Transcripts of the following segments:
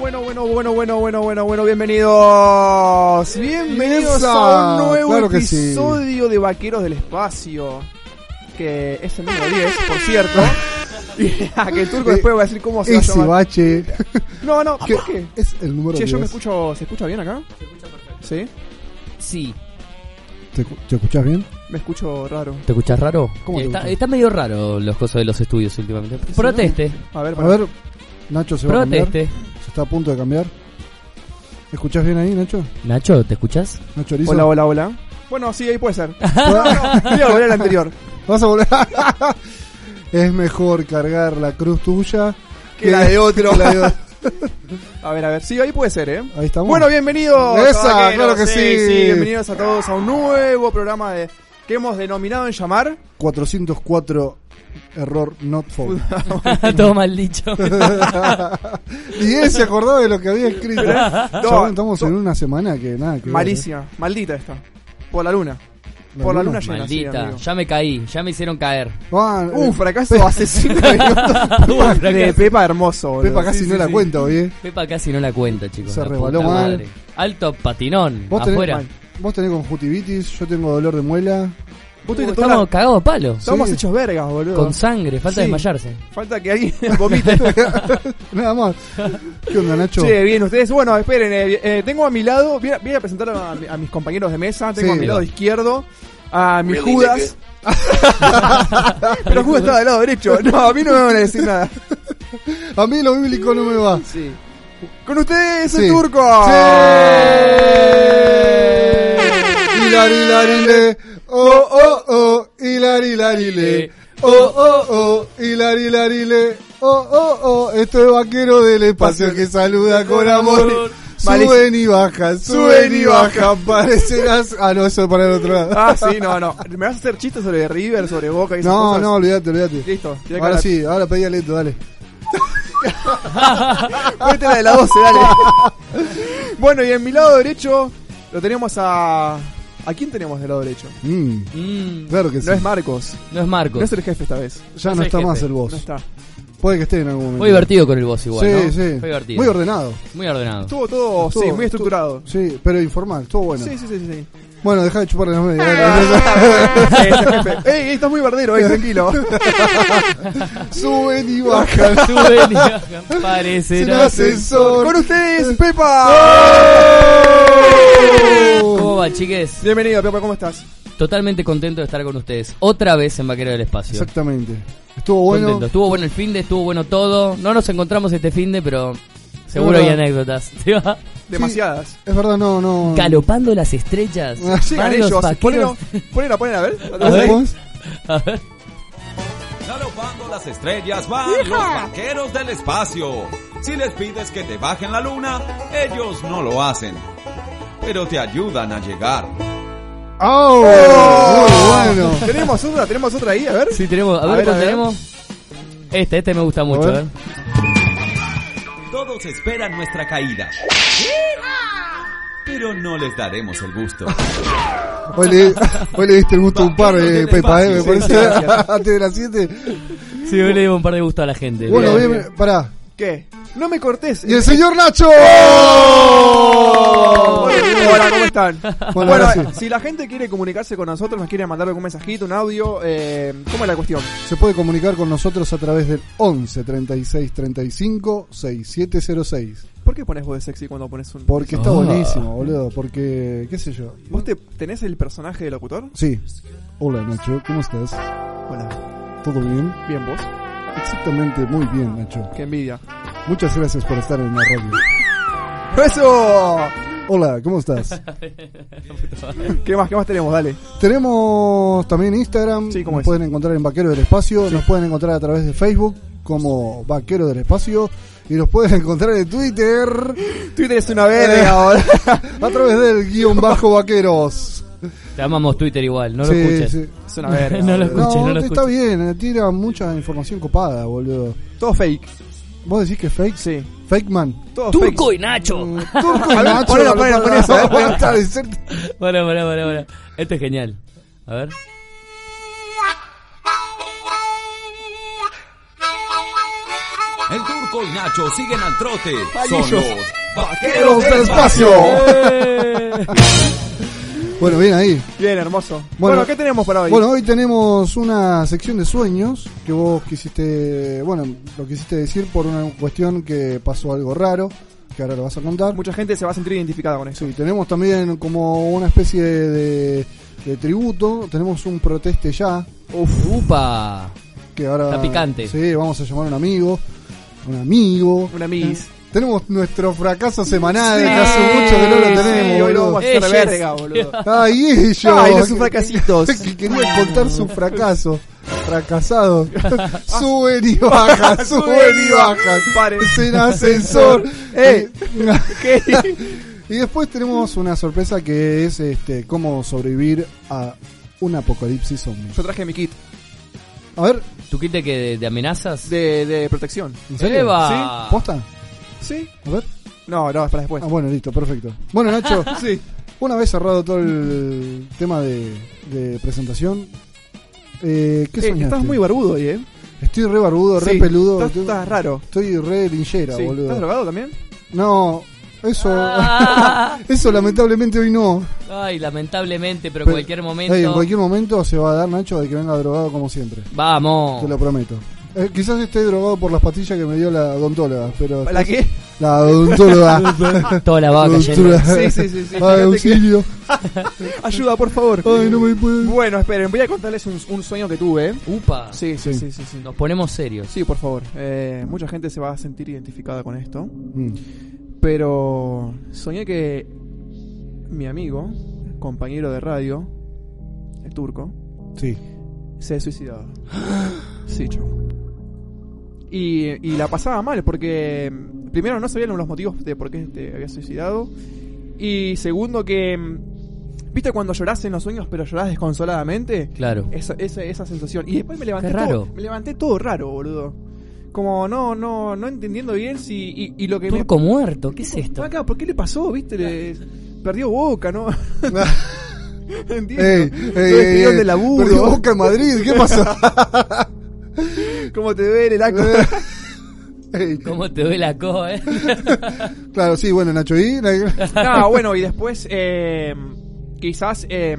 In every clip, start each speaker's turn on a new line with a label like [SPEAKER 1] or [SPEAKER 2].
[SPEAKER 1] bueno, bueno, bueno, bueno, bueno, bienvenidos. Bienvenidos
[SPEAKER 2] Bienvenidos
[SPEAKER 1] a un
[SPEAKER 2] a-
[SPEAKER 1] nuevo
[SPEAKER 2] Eh, claro que sí.
[SPEAKER 1] episodio de Vaqueros del Espacio. Que es el número 10, por cierto. Y a que el turco después va a decir cómo se va a
[SPEAKER 2] Eh, Ese
[SPEAKER 1] llamar.
[SPEAKER 2] bache
[SPEAKER 1] No, no,
[SPEAKER 2] que
[SPEAKER 1] ¿por qué?
[SPEAKER 2] es el número
[SPEAKER 1] Che, yo me
[SPEAKER 2] 10.
[SPEAKER 1] escucho, ¿se escucha bien acá? Se escucha perfecto. ¿Sí?
[SPEAKER 3] Sí.
[SPEAKER 2] ¿Te, escu- te escuchás bien?
[SPEAKER 1] Me escucho raro.
[SPEAKER 3] ¿Te escuchas raro? Eh,
[SPEAKER 2] ¿Cómo te
[SPEAKER 3] está,
[SPEAKER 2] escuchas?
[SPEAKER 3] está medio raro los cosas de los estudios últimamente. Proteste,
[SPEAKER 1] A ver,
[SPEAKER 2] A
[SPEAKER 1] para.
[SPEAKER 2] ver, Nacho se va a cambiar.
[SPEAKER 3] proteste.
[SPEAKER 2] Se está a punto de cambiar. ¿Escuchás bien ahí, Nacho?
[SPEAKER 3] Nacho, ¿te escuchas?
[SPEAKER 2] Nacho Erizo.
[SPEAKER 1] Hola, hola, hola. Bueno, sí, ahí puede ser.
[SPEAKER 2] Ah,
[SPEAKER 1] Voy a volver al anterior.
[SPEAKER 2] Vas a volver. es mejor cargar la cruz tuya
[SPEAKER 1] Que la de otro.
[SPEAKER 2] que la de-
[SPEAKER 1] A ver, a ver. Sí, ahí puede ser, ¿eh?
[SPEAKER 2] Ahí estamos.
[SPEAKER 1] Bueno, bienvenidos.
[SPEAKER 2] Esa,
[SPEAKER 1] caballeros.
[SPEAKER 2] claro que sí.
[SPEAKER 1] Bienvenidos a todos a un nuevo programa de que hemos denominado en llamar.
[SPEAKER 2] 404 error not found.
[SPEAKER 3] Todo mal dicho.
[SPEAKER 2] y él se acordaba de lo que había escrito. Chabón, estamos
[SPEAKER 1] no.
[SPEAKER 2] en una semana que nada. Que ver, ¿eh?
[SPEAKER 1] Malicia, maldita esta. Por la luna.
[SPEAKER 2] ¿La
[SPEAKER 1] por la
[SPEAKER 2] luna?
[SPEAKER 1] luna llena. sí,
[SPEAKER 3] Maldita,
[SPEAKER 1] amigo.
[SPEAKER 3] ya me caí, ya me hicieron caer.
[SPEAKER 2] ¿eh? Ah, eh,
[SPEAKER 1] Un fracaso hace cinco minutos. de Pepa hermoso, boludo.
[SPEAKER 2] Pepa casi
[SPEAKER 1] Sí,
[SPEAKER 2] no
[SPEAKER 1] sí,
[SPEAKER 2] la
[SPEAKER 1] sí.
[SPEAKER 2] cuenta, oye.
[SPEAKER 3] Pepa casi no la cuenta, chicos.
[SPEAKER 2] Se
[SPEAKER 3] la
[SPEAKER 2] rebaló
[SPEAKER 3] puta
[SPEAKER 2] mal.
[SPEAKER 3] madre. Alto patinón,
[SPEAKER 2] Vos tenés-
[SPEAKER 3] afuera.
[SPEAKER 2] mal. Vos tenés conjuntivitis, yo tengo dolor de muela.
[SPEAKER 1] Vos
[SPEAKER 3] Uh,
[SPEAKER 1] tuviste toda la-
[SPEAKER 3] estamos cagados a palo.
[SPEAKER 1] Estamos
[SPEAKER 2] Sí.
[SPEAKER 1] hechos vergas, boludo.
[SPEAKER 3] Con sangre, falta
[SPEAKER 1] Sí.
[SPEAKER 3] desmayarse.
[SPEAKER 1] Falta que alguien vomite.
[SPEAKER 2] Nada más. ¿Qué onda, Nacho?
[SPEAKER 1] Che, bien, ustedes. Bueno, esperen, eh, eh, tengo a mi lado, voy a, voy a presentar a, mi- a mis compañeros de mesa. Tengo
[SPEAKER 2] Sí.
[SPEAKER 1] a mi lado
[SPEAKER 3] Ahí
[SPEAKER 1] izquierdo, a mi Judas. Pero Judas estaba del lado derecho. No, a mí no me van a decir nada.
[SPEAKER 2] A mí lo bíblico no me va.
[SPEAKER 1] Sí. Con ustedes, el
[SPEAKER 2] Sí.
[SPEAKER 1] turco.
[SPEAKER 2] Hilari, larile. Oh, oh, oh. Hilari, larile. Oh, oh, oh. Hilari, larile. Oh, oh, oh. Esto es vaquero del espacio que saluda con amor.
[SPEAKER 1] Malísimo.
[SPEAKER 2] Suben y bajan, suben y bajan. Parecerás. Ah, no, eso es para el otro lado.
[SPEAKER 1] Ah, sí, no, no. ¿Me vas a hacer chistes sobre River, sobre Boca y esas
[SPEAKER 2] No,
[SPEAKER 1] cosas?
[SPEAKER 2] no, olvídate, olvídate.
[SPEAKER 1] Listo. tirá
[SPEAKER 2] Ahora
[SPEAKER 1] cara.
[SPEAKER 2] sí, ahora pedí lento, dale.
[SPEAKER 1] Ponete la de la 12, dale. bueno, y en mi lado derecho lo tenemos a... ¿A quién tenemos del lado derecho?
[SPEAKER 2] Mm,
[SPEAKER 3] Mm,
[SPEAKER 2] claro que sí.
[SPEAKER 1] No es Marcos.
[SPEAKER 3] no es Marcos.
[SPEAKER 1] No es el jefe esta vez.
[SPEAKER 2] ya no
[SPEAKER 3] soy
[SPEAKER 2] está
[SPEAKER 3] jefe.
[SPEAKER 2] más el
[SPEAKER 1] No
[SPEAKER 2] boss.
[SPEAKER 1] está.
[SPEAKER 2] Puede que esté en algún momento.
[SPEAKER 3] Muy divertido con el boss igual,
[SPEAKER 2] sí,
[SPEAKER 3] ¿no?
[SPEAKER 2] sí.
[SPEAKER 3] Muy divertido.
[SPEAKER 2] Muy ordenado.
[SPEAKER 3] Muy ordenado.
[SPEAKER 1] Estuvo todo,
[SPEAKER 2] Estuvo-
[SPEAKER 1] sí, muy estructurado.
[SPEAKER 2] Sí, pero informal, estuvo bueno.
[SPEAKER 1] Sí, sí, sí, sí. sí. Ah,
[SPEAKER 2] Bueno, deja de chuparle las medias.
[SPEAKER 1] Ese jefe. Ey, ey, estás muy bardero, eh, tranquilo.
[SPEAKER 2] Suben y bajan.
[SPEAKER 3] Suben y bajan, parecerá
[SPEAKER 2] ascensor. Eh.
[SPEAKER 1] Con ustedes, Pepa.
[SPEAKER 3] ¿Cómo va, chiques?
[SPEAKER 1] ¡Oh! Bienvenido, Pepa, ¿cómo estás?
[SPEAKER 3] Totalmente contento de estar con ustedes. Otra vez en Vaquero del Espacio.
[SPEAKER 2] Exactamente. Estuvo bueno.
[SPEAKER 3] Contento. Estuvo bueno el finde, estuvo bueno todo. No nos encontramos este finde, pero seguro
[SPEAKER 2] Es
[SPEAKER 3] hay
[SPEAKER 2] verdad.
[SPEAKER 3] anécdotas.
[SPEAKER 1] Demasiadas.
[SPEAKER 2] Es verdad, no, no.
[SPEAKER 3] Galopando las estrellas.
[SPEAKER 2] Ah,
[SPEAKER 1] Llegan
[SPEAKER 3] Varios
[SPEAKER 1] ellos. Ponelo,
[SPEAKER 3] vaqueros.
[SPEAKER 1] ponelo, ponelo, a ver.
[SPEAKER 2] ¿Vos
[SPEAKER 3] ver.
[SPEAKER 2] podés?
[SPEAKER 3] A ver.
[SPEAKER 4] Galopando las estrellas van los vaqueros del espacio. Si les pides que te bajen la luna, ellos no lo hacen. Pero te ayudan a llegar.
[SPEAKER 2] ¡Au!
[SPEAKER 1] Oh.
[SPEAKER 2] Muy bueno.
[SPEAKER 1] Tenemos otra, tenemos otra ahí, a ver.
[SPEAKER 3] Sí, tenemos. A,
[SPEAKER 1] A
[SPEAKER 3] ver,
[SPEAKER 1] ver,
[SPEAKER 3] ¿cuál
[SPEAKER 1] a ver.
[SPEAKER 3] tenemos? Este, este me gusta mucho,
[SPEAKER 2] ver.
[SPEAKER 3] ¿eh?
[SPEAKER 4] Todos esperan nuestra caída. Pero no les daremos el gusto.
[SPEAKER 2] Hoy le, hoy le diste el gusto a un par de
[SPEAKER 4] Vaquero del
[SPEAKER 2] Pepa, eh, me
[SPEAKER 4] espacio,
[SPEAKER 2] parece.
[SPEAKER 1] sí, gracias.
[SPEAKER 2] Antes de las 7.
[SPEAKER 3] Sí, yo le digo un par de gusto a la gente.
[SPEAKER 2] Bueno,
[SPEAKER 3] Bien.
[SPEAKER 2] bien, Eh, pará.
[SPEAKER 1] ¿Qué? No me cortes.
[SPEAKER 2] ¡Y el señor Nacho!
[SPEAKER 1] Hola, ¿cómo están? Bueno,
[SPEAKER 2] ahora sí.
[SPEAKER 1] si la gente quiere comunicarse con nosotros, nos quiere mandar algún mensajito, un audio, eh, ¿cómo es la cuestión?
[SPEAKER 2] Se puede comunicar con nosotros a través del 11 36 35 6706.
[SPEAKER 1] ¿Por qué pones voz de sexy cuando pones un.?
[SPEAKER 2] Porque está
[SPEAKER 3] Ah.
[SPEAKER 2] buenísimo, boludo. Porque, qué sé yo.
[SPEAKER 1] ¿Vos te, tenés el personaje de locutor?
[SPEAKER 2] Sí. Hola Nacho, ¿cómo estás?
[SPEAKER 1] Hola.
[SPEAKER 2] ¿Todo bien?
[SPEAKER 1] Bien, vos.
[SPEAKER 2] Exactamente, muy bien Nacho.
[SPEAKER 1] Qué envidia.
[SPEAKER 2] Muchas gracias por estar en la radio.
[SPEAKER 1] ¡Eso!
[SPEAKER 2] Hola, ¿cómo estás?
[SPEAKER 1] ¿Qué más, qué más tenemos? Dale.
[SPEAKER 2] Tenemos también Instagram.
[SPEAKER 1] Sí, ¿cómo
[SPEAKER 2] nos
[SPEAKER 1] es?
[SPEAKER 2] pueden encontrar en Vaquero del Espacio. Nos pueden encontrar a través de Facebook como Vaquero del Espacio. Y nos pueden encontrar en Twitter. Eh,
[SPEAKER 1] Twitter es una verga, ahora.
[SPEAKER 2] A través del guión bajo vaqueros.
[SPEAKER 3] Te amamos Twitter igual, no
[SPEAKER 2] Sí,
[SPEAKER 3] lo escuches.
[SPEAKER 2] sí.
[SPEAKER 1] Es una verga.
[SPEAKER 3] No lo
[SPEAKER 1] boludo.
[SPEAKER 3] escuché,
[SPEAKER 2] no,
[SPEAKER 3] no lo
[SPEAKER 2] está
[SPEAKER 3] escuché.
[SPEAKER 2] bien, eh, tira mucha información copada, boludo.
[SPEAKER 1] Todo fake.
[SPEAKER 2] ¿Vos decís que es fake?
[SPEAKER 1] Sí.
[SPEAKER 2] Fake man.
[SPEAKER 1] Todo fake.
[SPEAKER 3] Turco y Nacho.
[SPEAKER 2] Mm, Turco y
[SPEAKER 1] A ver,
[SPEAKER 2] Nacho,
[SPEAKER 1] ponelo,
[SPEAKER 2] no,
[SPEAKER 1] ponelo,
[SPEAKER 2] no,
[SPEAKER 1] ponelo,
[SPEAKER 2] no,
[SPEAKER 1] ponelo.
[SPEAKER 2] basta de ser-
[SPEAKER 3] Bueno, bueno, bueno, bueno. Esto es genial. A ver.
[SPEAKER 4] El turco y Nacho siguen al trote. Son
[SPEAKER 1] Palillos.
[SPEAKER 4] los Vaqueros
[SPEAKER 2] del espacio.
[SPEAKER 3] Eh.
[SPEAKER 2] Bueno, bien ahí.
[SPEAKER 1] Bien, hermoso. Bueno,
[SPEAKER 2] Bueno,
[SPEAKER 1] ¿qué tenemos para hoy?
[SPEAKER 2] Bueno, hoy tenemos una sección de sueños que vos quisiste, bueno, lo quisiste decir por una cuestión que pasó algo raro, que ahora lo vas a contar.
[SPEAKER 1] Mucha gente se va a sentir identificada con eso.
[SPEAKER 2] Sí, tenemos también como una especie de, de tributo, tenemos un proteste ya,
[SPEAKER 3] Upa.
[SPEAKER 2] que ahora...
[SPEAKER 3] Está picante.
[SPEAKER 2] Sí, vamos a llamar a un amigo, un amigo.
[SPEAKER 1] Una mis.
[SPEAKER 2] Tenemos nuestro fracaso semanal, que hace mucho que no lo tenemos.
[SPEAKER 1] Sí, hoy lo
[SPEAKER 2] boludo.
[SPEAKER 1] vamos a hacer
[SPEAKER 3] Ellas.
[SPEAKER 1] verga, boludo.
[SPEAKER 2] Ay, ellos.
[SPEAKER 1] Ay, los fracasitos.
[SPEAKER 2] Que querían contar su fracaso. Fracasados. suben y bajan, suben y bajan.
[SPEAKER 1] Paren.
[SPEAKER 2] Sin ascensor.
[SPEAKER 1] Eh.
[SPEAKER 2] Eh. y después tenemos una sorpresa que es este cómo sobrevivir a un apocalipsis zombie.
[SPEAKER 1] Yo traje mi kit
[SPEAKER 2] A ver,
[SPEAKER 3] ¿Tu kit de, qué? de, de amenazas?
[SPEAKER 1] de, de protección.
[SPEAKER 2] ¿en serio?
[SPEAKER 3] Eva.
[SPEAKER 2] ¿Sí? ¿Posta?
[SPEAKER 1] ¿Sí?
[SPEAKER 2] A ver.
[SPEAKER 1] No, no, es para después.
[SPEAKER 2] Ah, bueno, listo, perfecto. Bueno, Nacho,
[SPEAKER 1] Sí.
[SPEAKER 2] Una vez cerrado todo el tema de, de presentación, eh, ¿qué
[SPEAKER 1] Eh,
[SPEAKER 2] soñaste?
[SPEAKER 1] estás muy barbudo hoy, ¿eh?
[SPEAKER 2] Estoy re barbudo, re
[SPEAKER 1] Sí,
[SPEAKER 2] peludo.
[SPEAKER 1] Estás, estás raro.
[SPEAKER 2] Estoy re linchera,
[SPEAKER 1] Sí. ¿Estás
[SPEAKER 2] boludo.
[SPEAKER 1] drogado también?
[SPEAKER 2] No, eso.
[SPEAKER 3] Ah.
[SPEAKER 2] eso lamentablemente hoy no.
[SPEAKER 3] Ay, lamentablemente, pero
[SPEAKER 2] Pe-
[SPEAKER 3] cualquier momento.
[SPEAKER 2] Ey, eh, en cualquier momento se va a dar Nacho de que venga drogado como siempre. Te
[SPEAKER 3] Vamos.
[SPEAKER 2] lo prometo. Eh, quizás esté drogado por las pastillas que me dio la odontóloga, pero.
[SPEAKER 1] ¿Para qué?
[SPEAKER 2] La odontóloga.
[SPEAKER 3] Toda la vaca yendo.
[SPEAKER 1] Sí,
[SPEAKER 2] Odontóloga.
[SPEAKER 1] sí, sí, sí,
[SPEAKER 2] Ay,
[SPEAKER 1] fíjate
[SPEAKER 2] Ah, auxilio.
[SPEAKER 1] Ayuda, por favor.
[SPEAKER 2] Ay, no me puedo.
[SPEAKER 1] Bueno, esperen, voy a contarles un, un sueño que tuve.
[SPEAKER 3] Upa.
[SPEAKER 1] Sí, sí, sí,
[SPEAKER 2] Sí.
[SPEAKER 1] sí. Sí,
[SPEAKER 3] Nos ponemos serios.
[SPEAKER 1] Sí, por favor. Eh, mucha gente se va a sentir identificada con esto.
[SPEAKER 2] Mm.
[SPEAKER 1] Pero soñé que mi amigo, compañero de radio, el turco,
[SPEAKER 2] Sí.
[SPEAKER 1] se suicidaba. Sí, chavo. Y, y la pasaba mal porque mm, primero no sabía los motivos de por qué te había suicidado. Y segundo que... mm, ¿Viste cuando llorás en los sueños pero llorás desconsoladamente?
[SPEAKER 3] Claro.
[SPEAKER 1] Esa, esa, esa sensación. Y después me levanté
[SPEAKER 3] Qué raro.
[SPEAKER 1] todo. Me levanté todo raro, boludo. Como no, no, no entendiendo bien si. Y, y lo que me.
[SPEAKER 3] Turco muerto, ¿qué es esto?
[SPEAKER 1] Acá, ¿por qué le pasó? ¿Viste? Le- perdió boca, ¿no? ¿Entiendes?
[SPEAKER 2] Ey,
[SPEAKER 1] Lo
[SPEAKER 2] ey, ey,
[SPEAKER 1] despidieron
[SPEAKER 2] ey.
[SPEAKER 1] de laburo.
[SPEAKER 2] Perdió eh, Boca en Madrid, ¿qué pasa?
[SPEAKER 1] ¿Cómo te duele la
[SPEAKER 2] Ey,
[SPEAKER 3] ¿Cómo te doy la coa, eh?
[SPEAKER 2] claro, sí, bueno, Nacho, y la-
[SPEAKER 1] No, bueno, y después eh, quizás eh,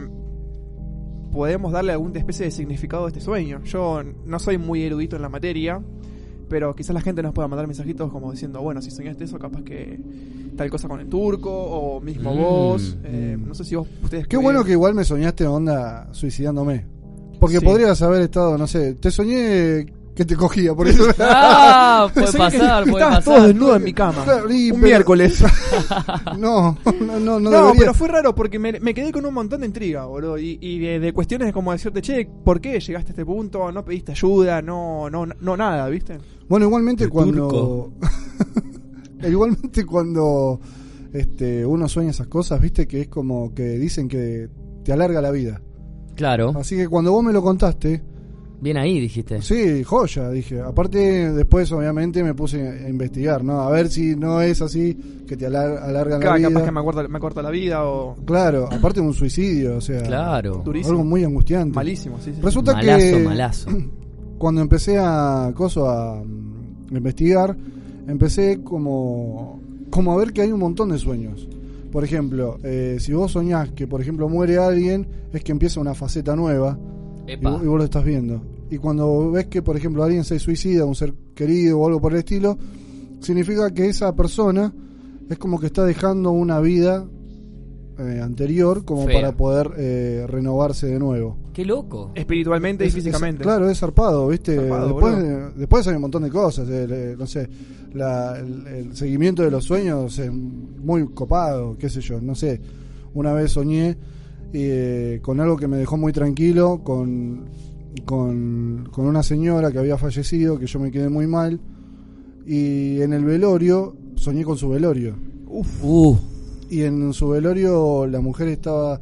[SPEAKER 1] podemos darle alguna especie de significado a este sueño. Yo no soy muy erudito en la materia, pero quizás la gente nos pueda mandar mensajitos como diciendo, bueno, si soñaste eso, capaz que tal cosa con el turco o mismo
[SPEAKER 3] Mm,
[SPEAKER 1] vos. eh, no sé si vos, ustedes...
[SPEAKER 2] Qué
[SPEAKER 1] pueden-
[SPEAKER 2] bueno que igual me soñaste onda suicidándome. Porque
[SPEAKER 1] Sí.
[SPEAKER 2] podrías haber estado, no sé, te soñé que te cogía, por eso.
[SPEAKER 3] Ah, puede
[SPEAKER 1] Soñé que
[SPEAKER 3] pasar, puede
[SPEAKER 1] estabas
[SPEAKER 3] pasar.
[SPEAKER 1] todo desnudo en mi cama.
[SPEAKER 2] Claro, y-
[SPEAKER 1] un
[SPEAKER 2] pero-
[SPEAKER 1] miércoles.
[SPEAKER 2] No, no, no, no,
[SPEAKER 1] No,
[SPEAKER 2] debería.
[SPEAKER 1] pero fue raro porque me, me quedé con un montón de intriga, boludo. Y, y de, de cuestiones de como decirte, che, ¿por qué llegaste a este punto? ¿No pediste ayuda? No, no, no nada, ¿viste?
[SPEAKER 2] Bueno, igualmente
[SPEAKER 3] El
[SPEAKER 2] cuando.
[SPEAKER 3] turco.
[SPEAKER 2] igualmente cuando este, uno sueña esas cosas, viste, que es como que dicen que te alarga la vida.
[SPEAKER 3] Claro.
[SPEAKER 2] Así que cuando vos me lo contaste,
[SPEAKER 3] Bien ahí, dijiste.
[SPEAKER 2] Sí, joya, dije. Aparte, después obviamente me puse a investigar, ¿no? A ver si no es así que te alar- alargan
[SPEAKER 1] Ca-
[SPEAKER 2] la
[SPEAKER 1] capaz
[SPEAKER 2] vida.
[SPEAKER 1] que me, acuerdo, me corta la vida o.
[SPEAKER 2] Claro, aparte un suicidio, o sea,
[SPEAKER 3] Claro.
[SPEAKER 1] Durísimo.
[SPEAKER 2] algo muy angustiante.
[SPEAKER 1] Malísimo, sí, sí.
[SPEAKER 2] Resulta
[SPEAKER 3] Malazo,
[SPEAKER 2] que
[SPEAKER 3] malazo.
[SPEAKER 2] cuando empecé a coso a mm, investigar, empecé como como a ver que hay un montón de sueños. Por ejemplo, eh, si vos soñás que por ejemplo muere alguien, es que empieza una faceta nueva. Y,
[SPEAKER 3] Epa.
[SPEAKER 2] vos- y vos lo estás viendo. Y cuando ves que, por ejemplo, alguien se suicida, un ser querido o algo por el estilo, significa que esa persona es como que está dejando una vida eh, anterior como
[SPEAKER 3] Fea.
[SPEAKER 2] para poder eh, renovarse de nuevo.
[SPEAKER 3] Qué loco.
[SPEAKER 1] Espiritualmente
[SPEAKER 2] Es-
[SPEAKER 1] y
[SPEAKER 2] es-
[SPEAKER 1] físicamente.
[SPEAKER 2] claro, es zarpado, ¿viste?
[SPEAKER 1] Zarpado,
[SPEAKER 2] después,
[SPEAKER 1] boludo.
[SPEAKER 2] eh, después hay un montón de cosas. el, eh, no sé, la- el, el seguimiento de los sueños es muy copado, qué sé yo. No sé, una vez soñé eh, con algo que me dejó muy tranquilo, con, con, con una señora que había fallecido, que yo me quedé muy mal. Y en el velorio, soñé con su velorio.
[SPEAKER 1] Uf,
[SPEAKER 3] Uh,
[SPEAKER 2] Y en su velorio la mujer estaba...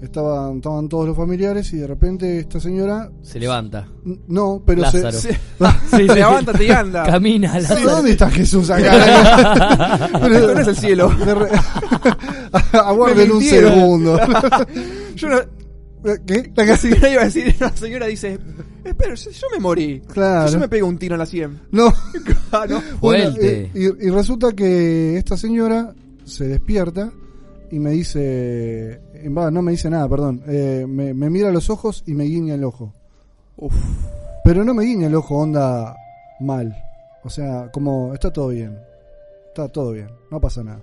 [SPEAKER 2] Estaban, estaban todos los familiares y de repente esta señora
[SPEAKER 3] se levanta.
[SPEAKER 2] no, pero se-
[SPEAKER 3] Lázaro.
[SPEAKER 2] se- Ah,
[SPEAKER 1] sí. Sí, levántate y anda.
[SPEAKER 3] Camina,
[SPEAKER 2] Sí,
[SPEAKER 3] Lázaro.
[SPEAKER 2] ¿Dónde está Jesús acá?
[SPEAKER 1] Esto no es el cielo.
[SPEAKER 2] De re- Aguarden
[SPEAKER 1] Me
[SPEAKER 2] un
[SPEAKER 1] mintieron.
[SPEAKER 2] segundo.
[SPEAKER 1] Yo no-
[SPEAKER 2] ¿Qué? La casi.
[SPEAKER 1] señora iba a decir, la señora dice, espera, yo, yo me morí.
[SPEAKER 2] Claro.
[SPEAKER 1] Si yo me pego un tiro en la 100.
[SPEAKER 2] No.
[SPEAKER 1] Ah, no.
[SPEAKER 2] Bueno,
[SPEAKER 3] Fuerte.
[SPEAKER 2] eh, y, y resulta que esta señora se despierta y me dice. eh, va, no me dice nada, perdón. Eh, me, me mira a los ojos y me guiña el ojo.
[SPEAKER 1] Uf.
[SPEAKER 2] Pero no me guiña el ojo, onda mal. O sea, como, está todo bien. Está todo bien, no pasa nada.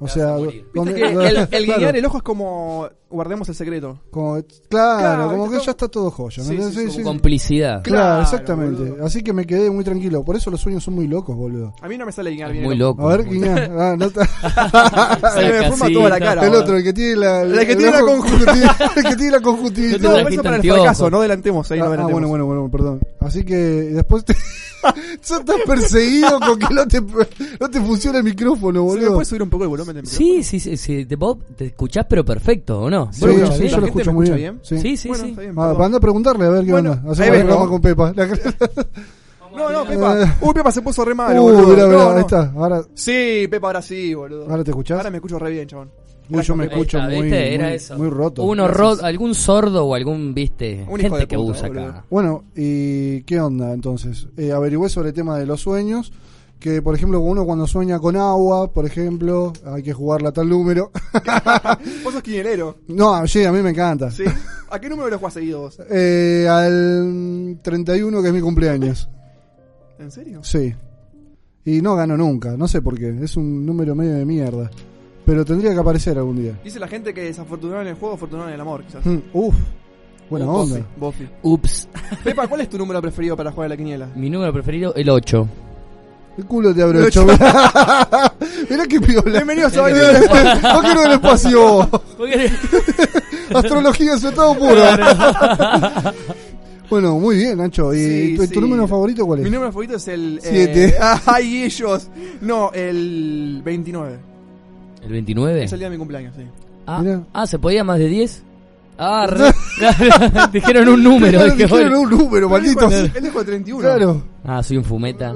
[SPEAKER 2] O
[SPEAKER 3] Te
[SPEAKER 2] sea,
[SPEAKER 3] vas a morir.
[SPEAKER 2] donde-
[SPEAKER 1] Viste que el, el
[SPEAKER 2] claro.
[SPEAKER 1] guiñar el ojo es como guardemos el secreto.
[SPEAKER 2] Como, claro,
[SPEAKER 1] Claro, está
[SPEAKER 2] como que
[SPEAKER 1] todo-
[SPEAKER 2] ya está todo joya. ¿me
[SPEAKER 1] Sí, sí,
[SPEAKER 2] entendés?
[SPEAKER 1] sí,
[SPEAKER 2] Sí,
[SPEAKER 1] como
[SPEAKER 2] sí.
[SPEAKER 3] Complicidad.
[SPEAKER 1] Claro,
[SPEAKER 2] Claro, exactamente.
[SPEAKER 1] boludo.
[SPEAKER 2] Así que me quedé muy tranquilo. Por eso los sueños son muy locos, boludo.
[SPEAKER 1] A mí no me sale guiñar
[SPEAKER 3] Es
[SPEAKER 1] bien.
[SPEAKER 3] muy
[SPEAKER 1] el ojo.
[SPEAKER 3] loco.
[SPEAKER 2] A ver, guiñá. Ah, no está-
[SPEAKER 1] Se me forma toda la cara.
[SPEAKER 2] el
[SPEAKER 1] boludo.
[SPEAKER 2] otro, el que tiene la...
[SPEAKER 1] El que
[SPEAKER 2] el
[SPEAKER 1] tiene la
[SPEAKER 2] ojo-
[SPEAKER 1] conjuntiva.
[SPEAKER 2] El que tiene la conjuntiva.
[SPEAKER 3] Yo te
[SPEAKER 1] No,
[SPEAKER 3] trajiste
[SPEAKER 1] eso para el
[SPEAKER 3] anteojos.
[SPEAKER 1] fracaso, no adelantemos ahí, no
[SPEAKER 2] Ah, ah,
[SPEAKER 1] adelantemos.
[SPEAKER 2] bueno, bueno, bueno, perdón. Así que después te... Ya estás perseguido con que no te, no te funciona el
[SPEAKER 1] ¿Se me
[SPEAKER 2] micrófono, boludo.
[SPEAKER 1] puede subir un poco el volumen de mi
[SPEAKER 3] Sí, sí, sí, sí, Te, vos te escuchás pero perfecto, ¿o no?
[SPEAKER 2] Sí,
[SPEAKER 3] ¿Vos lo escuchás
[SPEAKER 2] sí,
[SPEAKER 3] bien?
[SPEAKER 2] yo
[SPEAKER 1] ¿La gente
[SPEAKER 2] lo escucho
[SPEAKER 1] me
[SPEAKER 2] muy
[SPEAKER 1] escucha
[SPEAKER 2] bien.
[SPEAKER 1] bien?
[SPEAKER 2] Sí.
[SPEAKER 3] Sí, sí,
[SPEAKER 1] Bueno,
[SPEAKER 3] sí.
[SPEAKER 1] está bien,
[SPEAKER 2] Ah,
[SPEAKER 1] perdón.
[SPEAKER 2] anda a preguntarle a ver qué
[SPEAKER 1] Bueno,
[SPEAKER 2] onda.
[SPEAKER 1] ahí
[SPEAKER 2] Hacemos una
[SPEAKER 1] vengo.
[SPEAKER 2] cama con Pepa. La...
[SPEAKER 1] No, no, Pepa. Uy, Pepa se puso re mal,
[SPEAKER 2] Eh, Uh,
[SPEAKER 1] boludo.
[SPEAKER 2] mirá,
[SPEAKER 1] No,
[SPEAKER 2] mirá,
[SPEAKER 1] no.
[SPEAKER 2] ahí está. Ahora,
[SPEAKER 1] Sí, Pepa, ahora sí, boludo.
[SPEAKER 2] ahora te escuchás.
[SPEAKER 1] Ahora me escucho re bien, chabón.
[SPEAKER 2] Uy, yo me
[SPEAKER 3] Ahí
[SPEAKER 2] escucho
[SPEAKER 3] está,
[SPEAKER 2] muy,
[SPEAKER 3] ¿viste? Era
[SPEAKER 2] muy,
[SPEAKER 3] eso.
[SPEAKER 2] muy roto.
[SPEAKER 3] Uno
[SPEAKER 2] Gracias.
[SPEAKER 3] ro- algún sordo o algún, viste,
[SPEAKER 1] Un hijo
[SPEAKER 3] gente
[SPEAKER 1] de
[SPEAKER 3] que
[SPEAKER 1] puta,
[SPEAKER 3] usa
[SPEAKER 1] boludo.
[SPEAKER 3] acá.
[SPEAKER 2] Bueno, ¿y qué onda entonces? Eh, averigüé sobre el tema de los sueños. Que, por ejemplo, uno cuando sueña con agua, por ejemplo, hay que jugarla a tal número.
[SPEAKER 1] Vos sos quinielero.
[SPEAKER 2] no, ah, sí, a mí me encanta.
[SPEAKER 1] ¿Sí? ¿A qué número lo jugás seguido vos?
[SPEAKER 2] Eh, al 31, que es mi cumpleaños.
[SPEAKER 1] ¿En serio?
[SPEAKER 2] Sí. Y no gano nunca, no sé por qué. Es un número medio de mierda. Pero tendría que aparecer algún día.
[SPEAKER 1] Dice la gente que desafortunada en el juego, afortunada en el amor, quizás.
[SPEAKER 2] Mm, Uf, buena onda.
[SPEAKER 1] Buffy. Buffy.
[SPEAKER 3] Ups.
[SPEAKER 1] Pepa, ¿cuál es tu número preferido para jugar a la quiniela?
[SPEAKER 3] Mi número preferido, el 8.
[SPEAKER 2] El culo te abrocho. Mirá que piola.
[SPEAKER 1] Bienvenidos a
[SPEAKER 2] No
[SPEAKER 1] Baile
[SPEAKER 2] quiero
[SPEAKER 1] del Espacio.
[SPEAKER 2] el espacio. Astrología en su estado puro. bueno, muy bien, Nacho. ¿Y
[SPEAKER 1] Sí,
[SPEAKER 2] tu, tu
[SPEAKER 1] sí.
[SPEAKER 2] número favorito cuál es?
[SPEAKER 1] Mi número favorito es el... eh,
[SPEAKER 2] Siete.
[SPEAKER 1] ay, ellos. No, el 29.
[SPEAKER 3] ¿El 29?
[SPEAKER 1] Es el día de mi cumpleaños, sí.
[SPEAKER 3] Ah,
[SPEAKER 2] Mirá.
[SPEAKER 3] ah, ¿se podía más de 10? Ah, re... dijeron un número.
[SPEAKER 2] Claro,
[SPEAKER 3] dije,
[SPEAKER 2] dijeron
[SPEAKER 3] bueno.
[SPEAKER 2] un número, maldito.
[SPEAKER 1] Él dijo el 31.
[SPEAKER 2] Claro.
[SPEAKER 3] Ah, soy un fumeta.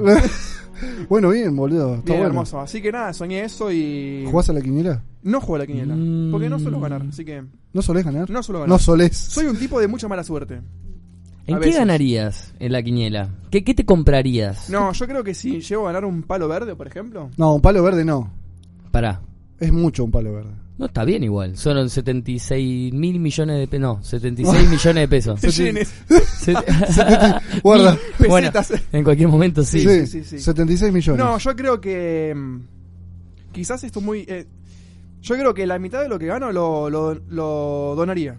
[SPEAKER 2] bueno, bien, boludo.
[SPEAKER 1] Bien,
[SPEAKER 2] Está bueno.
[SPEAKER 1] hermoso. Así que nada, soñé eso y...
[SPEAKER 2] ¿Jugás a la quiniela?
[SPEAKER 1] No juego a la quiniela.
[SPEAKER 3] Mm.
[SPEAKER 1] Porque no suelo ganar, así que...
[SPEAKER 2] ¿No solés ganar?
[SPEAKER 1] No suelo ganar.
[SPEAKER 2] No solés.
[SPEAKER 1] Soy un tipo de mucha mala suerte.
[SPEAKER 3] ¿En
[SPEAKER 1] A
[SPEAKER 3] qué
[SPEAKER 1] veces.
[SPEAKER 3] ganarías en la quiniela? ¿Qué, qué te comprarías?
[SPEAKER 1] No, yo creo que si llego a ganar un palo verde, por ejemplo...
[SPEAKER 2] No, un palo verde no.
[SPEAKER 3] Pará.
[SPEAKER 2] Es mucho un palo verde.
[SPEAKER 3] No está bien igual. Son 76 mil millones de pesos. No, 76 millones de pesos.
[SPEAKER 1] Yenes,
[SPEAKER 3] Se-
[SPEAKER 2] Guarda.
[SPEAKER 3] bueno,
[SPEAKER 1] pesetas.
[SPEAKER 3] en cualquier momento sí.
[SPEAKER 1] Sí, sí, sí.
[SPEAKER 2] 76 millones.
[SPEAKER 1] No, yo creo que. mm, Quizás esto es muy. eh, yo creo que la mitad de lo que gano lo, lo, lo donaría.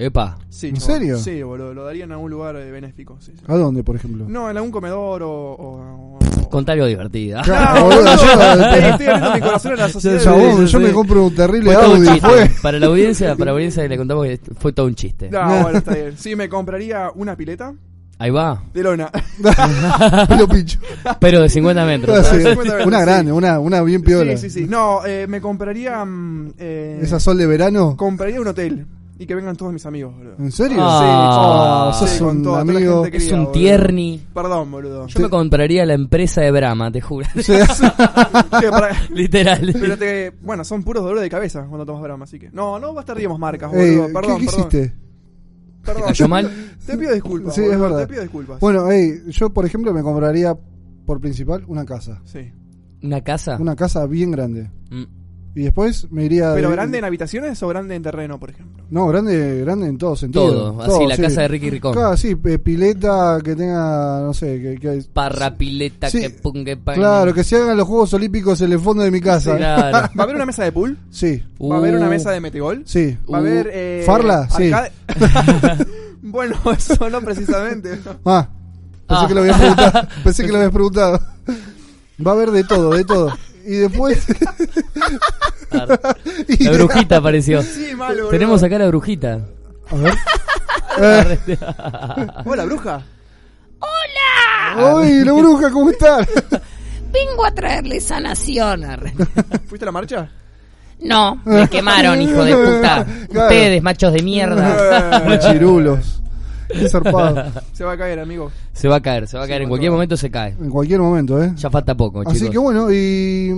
[SPEAKER 3] Epa.
[SPEAKER 1] Sí,
[SPEAKER 2] ¿En
[SPEAKER 1] chabón.
[SPEAKER 2] serio?
[SPEAKER 1] Sí, boludo. Lo daría en algún lugar eh, benéfico. sí, sí.
[SPEAKER 2] ¿A dónde, por ejemplo?
[SPEAKER 1] No, en algún comedor o. o- o-
[SPEAKER 3] Contar algo divertido.
[SPEAKER 1] No,
[SPEAKER 2] boludo,
[SPEAKER 1] boludo,
[SPEAKER 2] yo-
[SPEAKER 1] estoy- estoy abriendo mi corazón a la sociedad.
[SPEAKER 2] Chabón,
[SPEAKER 3] Sí, sí,
[SPEAKER 2] yo
[SPEAKER 3] sí.
[SPEAKER 2] me compro un terrible
[SPEAKER 3] Fue todo un
[SPEAKER 2] Audi.
[SPEAKER 3] chiste.
[SPEAKER 2] Fue.
[SPEAKER 3] Para la audiencia, para la audiencia que le contamos que fue todo un chiste.
[SPEAKER 1] No, bueno, está bien. Sí, me compraría una pileta
[SPEAKER 3] Ahí va.
[SPEAKER 1] de lona.
[SPEAKER 2] Pelo pincho. Ah,
[SPEAKER 3] Pero de 50 metros.
[SPEAKER 2] Sí, Una
[SPEAKER 1] sí.
[SPEAKER 2] grande, una, una bien piola.
[SPEAKER 1] Sí, sí, sí. No, eh, me compraría. mm, eh,
[SPEAKER 2] Esa sol de verano.
[SPEAKER 1] compraría un hotel y que vengan todos mis amigos, boludo.
[SPEAKER 2] ¿En serio?
[SPEAKER 3] Ah,
[SPEAKER 2] Sí, sos
[SPEAKER 1] Sí, con
[SPEAKER 2] un
[SPEAKER 1] toda- toda la
[SPEAKER 2] amigo.
[SPEAKER 1] gente
[SPEAKER 3] Es
[SPEAKER 1] querida,
[SPEAKER 3] un
[SPEAKER 1] boludo.
[SPEAKER 3] tierni.
[SPEAKER 1] Perdón, boludo.
[SPEAKER 3] Yo me compraría la empresa de Brahma, te juro.
[SPEAKER 1] Che, pará.
[SPEAKER 3] Literal.
[SPEAKER 1] Pero te, bueno, son puros dolores de cabeza cuando tomas brama, así que. No, no bastaríamos marcas,
[SPEAKER 2] Ey,
[SPEAKER 1] Ah, boludo.
[SPEAKER 2] ¿qué-
[SPEAKER 1] perdón,
[SPEAKER 2] ¿Qué,
[SPEAKER 1] perdón.
[SPEAKER 2] hiciste?
[SPEAKER 1] Perdón.
[SPEAKER 3] ¿Cayó mal?
[SPEAKER 1] Te pido disculpas.
[SPEAKER 2] Sí,
[SPEAKER 1] boludo,
[SPEAKER 2] es verdad.
[SPEAKER 1] Te pido disculpas.
[SPEAKER 2] Bueno, ey, yo por ejemplo me compraría por principal una casa.
[SPEAKER 1] Sí.
[SPEAKER 3] ¿Una casa?
[SPEAKER 2] Una casa bien grande.
[SPEAKER 3] Mm.
[SPEAKER 2] Y después me iría.
[SPEAKER 1] Pero
[SPEAKER 2] de-
[SPEAKER 1] grande en habitaciones o grande en terreno, por ejemplo.
[SPEAKER 2] No, grande, grande en todo sentido.
[SPEAKER 3] Todo. Así, la
[SPEAKER 2] sí.
[SPEAKER 3] casa de Ricky Ricón.
[SPEAKER 2] Claro, sí, eh, pileta que tenga, no sé, que, que-
[SPEAKER 3] Parrapileta,
[SPEAKER 2] Sí.
[SPEAKER 3] que pum, que pan.
[SPEAKER 2] Claro, que se hagan los Juegos Olímpicos en el fondo de mi casa.
[SPEAKER 3] Claro.
[SPEAKER 1] ¿Va a haber una mesa de pool?
[SPEAKER 2] Sí,
[SPEAKER 1] ¿Va a haber una
[SPEAKER 3] Uh,
[SPEAKER 1] mesa de metegol?
[SPEAKER 2] sí.
[SPEAKER 1] ¿Va a haber.
[SPEAKER 3] Uh,
[SPEAKER 1] Eh,
[SPEAKER 2] ¿farla? Sí.
[SPEAKER 1] arcade- bueno, eso no precisamente.
[SPEAKER 2] Ah,
[SPEAKER 3] Ah.
[SPEAKER 2] pensé que lo habías preguntado. Pensé que lo habías preguntado. Va a haber de todo, de todo. Y después. y-
[SPEAKER 3] La brujita apareció.
[SPEAKER 1] Sí, malo, boludo.
[SPEAKER 3] Tenemos acá la brujita.
[SPEAKER 2] A ver.
[SPEAKER 5] Eh.
[SPEAKER 1] Hola, bruja.
[SPEAKER 2] ¡Uy, la bruja, ¿cómo estás?
[SPEAKER 5] Vengo a traerle sanación. arre.
[SPEAKER 1] ¿Fuiste a la marcha?
[SPEAKER 5] No, me quemaron, hijo de puta.
[SPEAKER 2] Claro.
[SPEAKER 5] Ustedes, machos de mierda.
[SPEAKER 1] Eh,
[SPEAKER 2] Chirulos. Qué zarpado.
[SPEAKER 1] se va a caer, amigo.
[SPEAKER 3] Se va a caer, se va a caer. En cualquier momento se cae.
[SPEAKER 2] En cualquier momento, ¿eh?
[SPEAKER 3] Ya falta poco,
[SPEAKER 2] Así
[SPEAKER 3] chicos.
[SPEAKER 2] que bueno, y.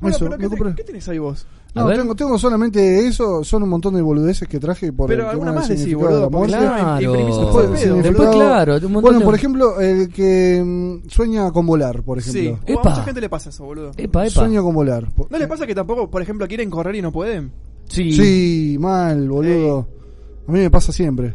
[SPEAKER 1] Bueno,
[SPEAKER 2] Eso,
[SPEAKER 1] pero
[SPEAKER 2] me
[SPEAKER 1] ¿qué, te-
[SPEAKER 2] compré.
[SPEAKER 1] ¿qué tenés ahí vos?
[SPEAKER 3] A
[SPEAKER 2] No,
[SPEAKER 3] ver.
[SPEAKER 2] tengo, tengo solamente eso, son un montón de boludeces que traje por
[SPEAKER 1] Pero
[SPEAKER 2] el
[SPEAKER 1] alguna
[SPEAKER 2] tema del
[SPEAKER 1] más decí,
[SPEAKER 2] significado de
[SPEAKER 1] boludo,
[SPEAKER 2] la
[SPEAKER 1] porque
[SPEAKER 2] muerte.
[SPEAKER 1] si
[SPEAKER 3] Claro.
[SPEAKER 1] no, imprimís un
[SPEAKER 2] Después,
[SPEAKER 1] pedo.
[SPEAKER 2] significado-
[SPEAKER 3] Después, claro, un montón
[SPEAKER 2] Bueno,
[SPEAKER 3] de-
[SPEAKER 2] por ejemplo, el que mm, sueña con volar, por
[SPEAKER 1] Sí,
[SPEAKER 2] ejemplo.
[SPEAKER 1] o a
[SPEAKER 3] Epa.
[SPEAKER 1] mucha gente le pasa eso, boludo.
[SPEAKER 3] Epa, epa.
[SPEAKER 2] Sueña con volar. Po-
[SPEAKER 1] ¿No les pasa que tampoco, por ejemplo, quieren correr y no pueden?
[SPEAKER 3] Sí.
[SPEAKER 2] Sí, mal, boludo. A mí me pasa siempre.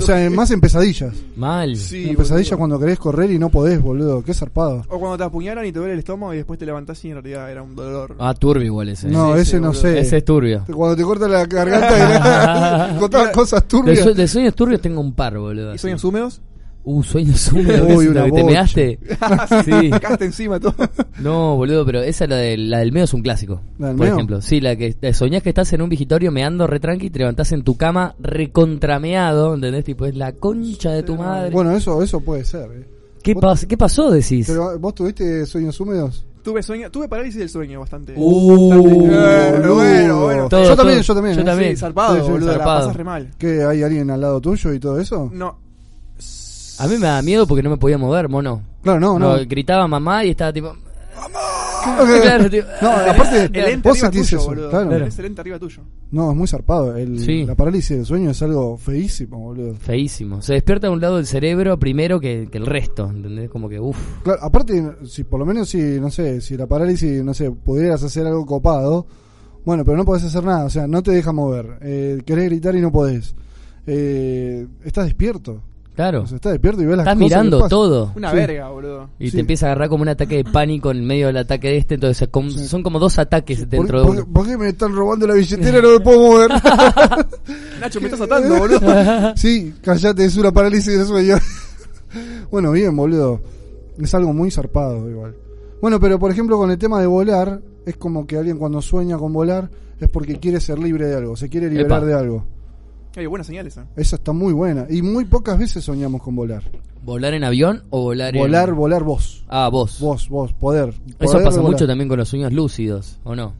[SPEAKER 2] sea, más en pesadillas.
[SPEAKER 3] Mal.
[SPEAKER 2] en pesadillas cuando querés correr y no podés, boludo. Qué zarpado.
[SPEAKER 1] O cuando te apuñalan y te duele el estómago y después te levantás y en realidad era un dolor.
[SPEAKER 3] Ah, turbio igual ese. ¿eh?
[SPEAKER 2] No,
[SPEAKER 1] sí,
[SPEAKER 2] ese
[SPEAKER 1] sí,
[SPEAKER 2] no
[SPEAKER 1] boludo.
[SPEAKER 2] sé.
[SPEAKER 3] Ese es turbio.
[SPEAKER 2] Cuando te corta la garganta y contás cosas
[SPEAKER 3] De,
[SPEAKER 2] turbias.
[SPEAKER 3] sue- de sueños turbios tengo un par, boludo.
[SPEAKER 1] ¿Y sueños húmedos?
[SPEAKER 3] Uh, sueños húmedos.
[SPEAKER 2] Uy,
[SPEAKER 3] ¿Te-
[SPEAKER 2] una
[SPEAKER 3] ¿Te
[SPEAKER 2] bocha.
[SPEAKER 3] measte? sí.
[SPEAKER 1] Sacaste encima todo.
[SPEAKER 3] No, boludo, pero esa la del, la del meo es un clásico.
[SPEAKER 2] ¿La del
[SPEAKER 3] por
[SPEAKER 2] meo?
[SPEAKER 3] ejemplo, sí, la que te soñás que estás en un vigitorio meando re tranqui y te levantás en tu cama recontrameado, ¿entendés? Tipo, es la concha de tu madre.
[SPEAKER 2] Bueno, eso, eso puede ser. eh.
[SPEAKER 3] ¿Qué,
[SPEAKER 2] vos-
[SPEAKER 3] pas- ¿Qué pasó, decís?
[SPEAKER 2] Pero vos tuviste sueños húmedos.
[SPEAKER 1] tuve sueño, tuve parálisis del sueño bastante.
[SPEAKER 3] Uh,
[SPEAKER 1] Eh,
[SPEAKER 2] boludo.
[SPEAKER 1] bueno, bueno.
[SPEAKER 3] Todo,
[SPEAKER 2] yo también,
[SPEAKER 3] todo.
[SPEAKER 2] yo también.
[SPEAKER 3] Yo
[SPEAKER 2] eh.
[SPEAKER 3] también.
[SPEAKER 1] Sí, zarpado,
[SPEAKER 2] Sí, sí,
[SPEAKER 1] boludo,
[SPEAKER 3] zarpado.
[SPEAKER 1] la pasas re mal.
[SPEAKER 2] ¿Qué, hay alguien al lado tuyo y todo eso?
[SPEAKER 1] No.
[SPEAKER 3] A mí me da miedo porque no me podía mover, mono.
[SPEAKER 2] Claro, no, no.
[SPEAKER 3] No, gritaba mamá y estaba tipo...
[SPEAKER 2] Claro,
[SPEAKER 3] Claro, tío.
[SPEAKER 2] No, aparte,
[SPEAKER 1] El ente
[SPEAKER 2] vos
[SPEAKER 1] arriba
[SPEAKER 2] sentís
[SPEAKER 1] tuyo,
[SPEAKER 2] eso.
[SPEAKER 1] boludo.
[SPEAKER 2] claro.
[SPEAKER 3] Claro.
[SPEAKER 1] Es el ente arriba tuyo.
[SPEAKER 2] No, es muy zarpado. El,
[SPEAKER 3] Sí.
[SPEAKER 2] La parálisis del sueño es algo feísimo, boludo.
[SPEAKER 3] Feísimo. Se despierta de un lado del cerebro primero que, que el resto, ¿entendés? Como que, uff.
[SPEAKER 2] Claro, aparte, si por lo menos si, no sé, si la parálisis, no sé, pudieras hacer algo copado, bueno, pero no podés hacer nada, o sea, no te deja mover, eh, querés gritar y no podés. Eh, estás despierto,
[SPEAKER 3] Claro.
[SPEAKER 2] o sea, estás despierto y ves las
[SPEAKER 3] Estás
[SPEAKER 2] cosas que
[SPEAKER 3] mirando
[SPEAKER 2] pasan.
[SPEAKER 3] todo.
[SPEAKER 1] Una
[SPEAKER 2] Sí.
[SPEAKER 1] verga, boludo.
[SPEAKER 3] Y
[SPEAKER 2] Sí.
[SPEAKER 3] te empieza a agarrar como un ataque de pánico en medio del ataque de este. Entonces, com- son como dos ataques
[SPEAKER 2] ¿Por,
[SPEAKER 3] dentro
[SPEAKER 2] por-
[SPEAKER 3] de uno.
[SPEAKER 2] por qué me están robando la billetera? No me puedo mover.
[SPEAKER 1] Nacho, me estás atando, boludo.
[SPEAKER 2] sí, callate, es una parálisis de sueño. bueno, bien, boludo. Es algo muy zarpado, igual. Bueno, pero por ejemplo, con el tema de volar, es como que alguien cuando sueña con volar es porque quiere ser libre de algo, se quiere liberar
[SPEAKER 3] Epa.
[SPEAKER 2] de algo.
[SPEAKER 1] Oye, buenas señales, ¿eh?
[SPEAKER 2] Esa está muy buena. Y muy pocas veces soñamos con volar.
[SPEAKER 3] ¿Volar en avión o volar en...?
[SPEAKER 2] Volar, volar vos.
[SPEAKER 3] Ah, vos.
[SPEAKER 2] Vos, vos, poder.
[SPEAKER 3] Eso
[SPEAKER 2] Poder
[SPEAKER 3] pasa
[SPEAKER 2] volar.
[SPEAKER 3] mucho también con los sueños lúcidos, ¿o no?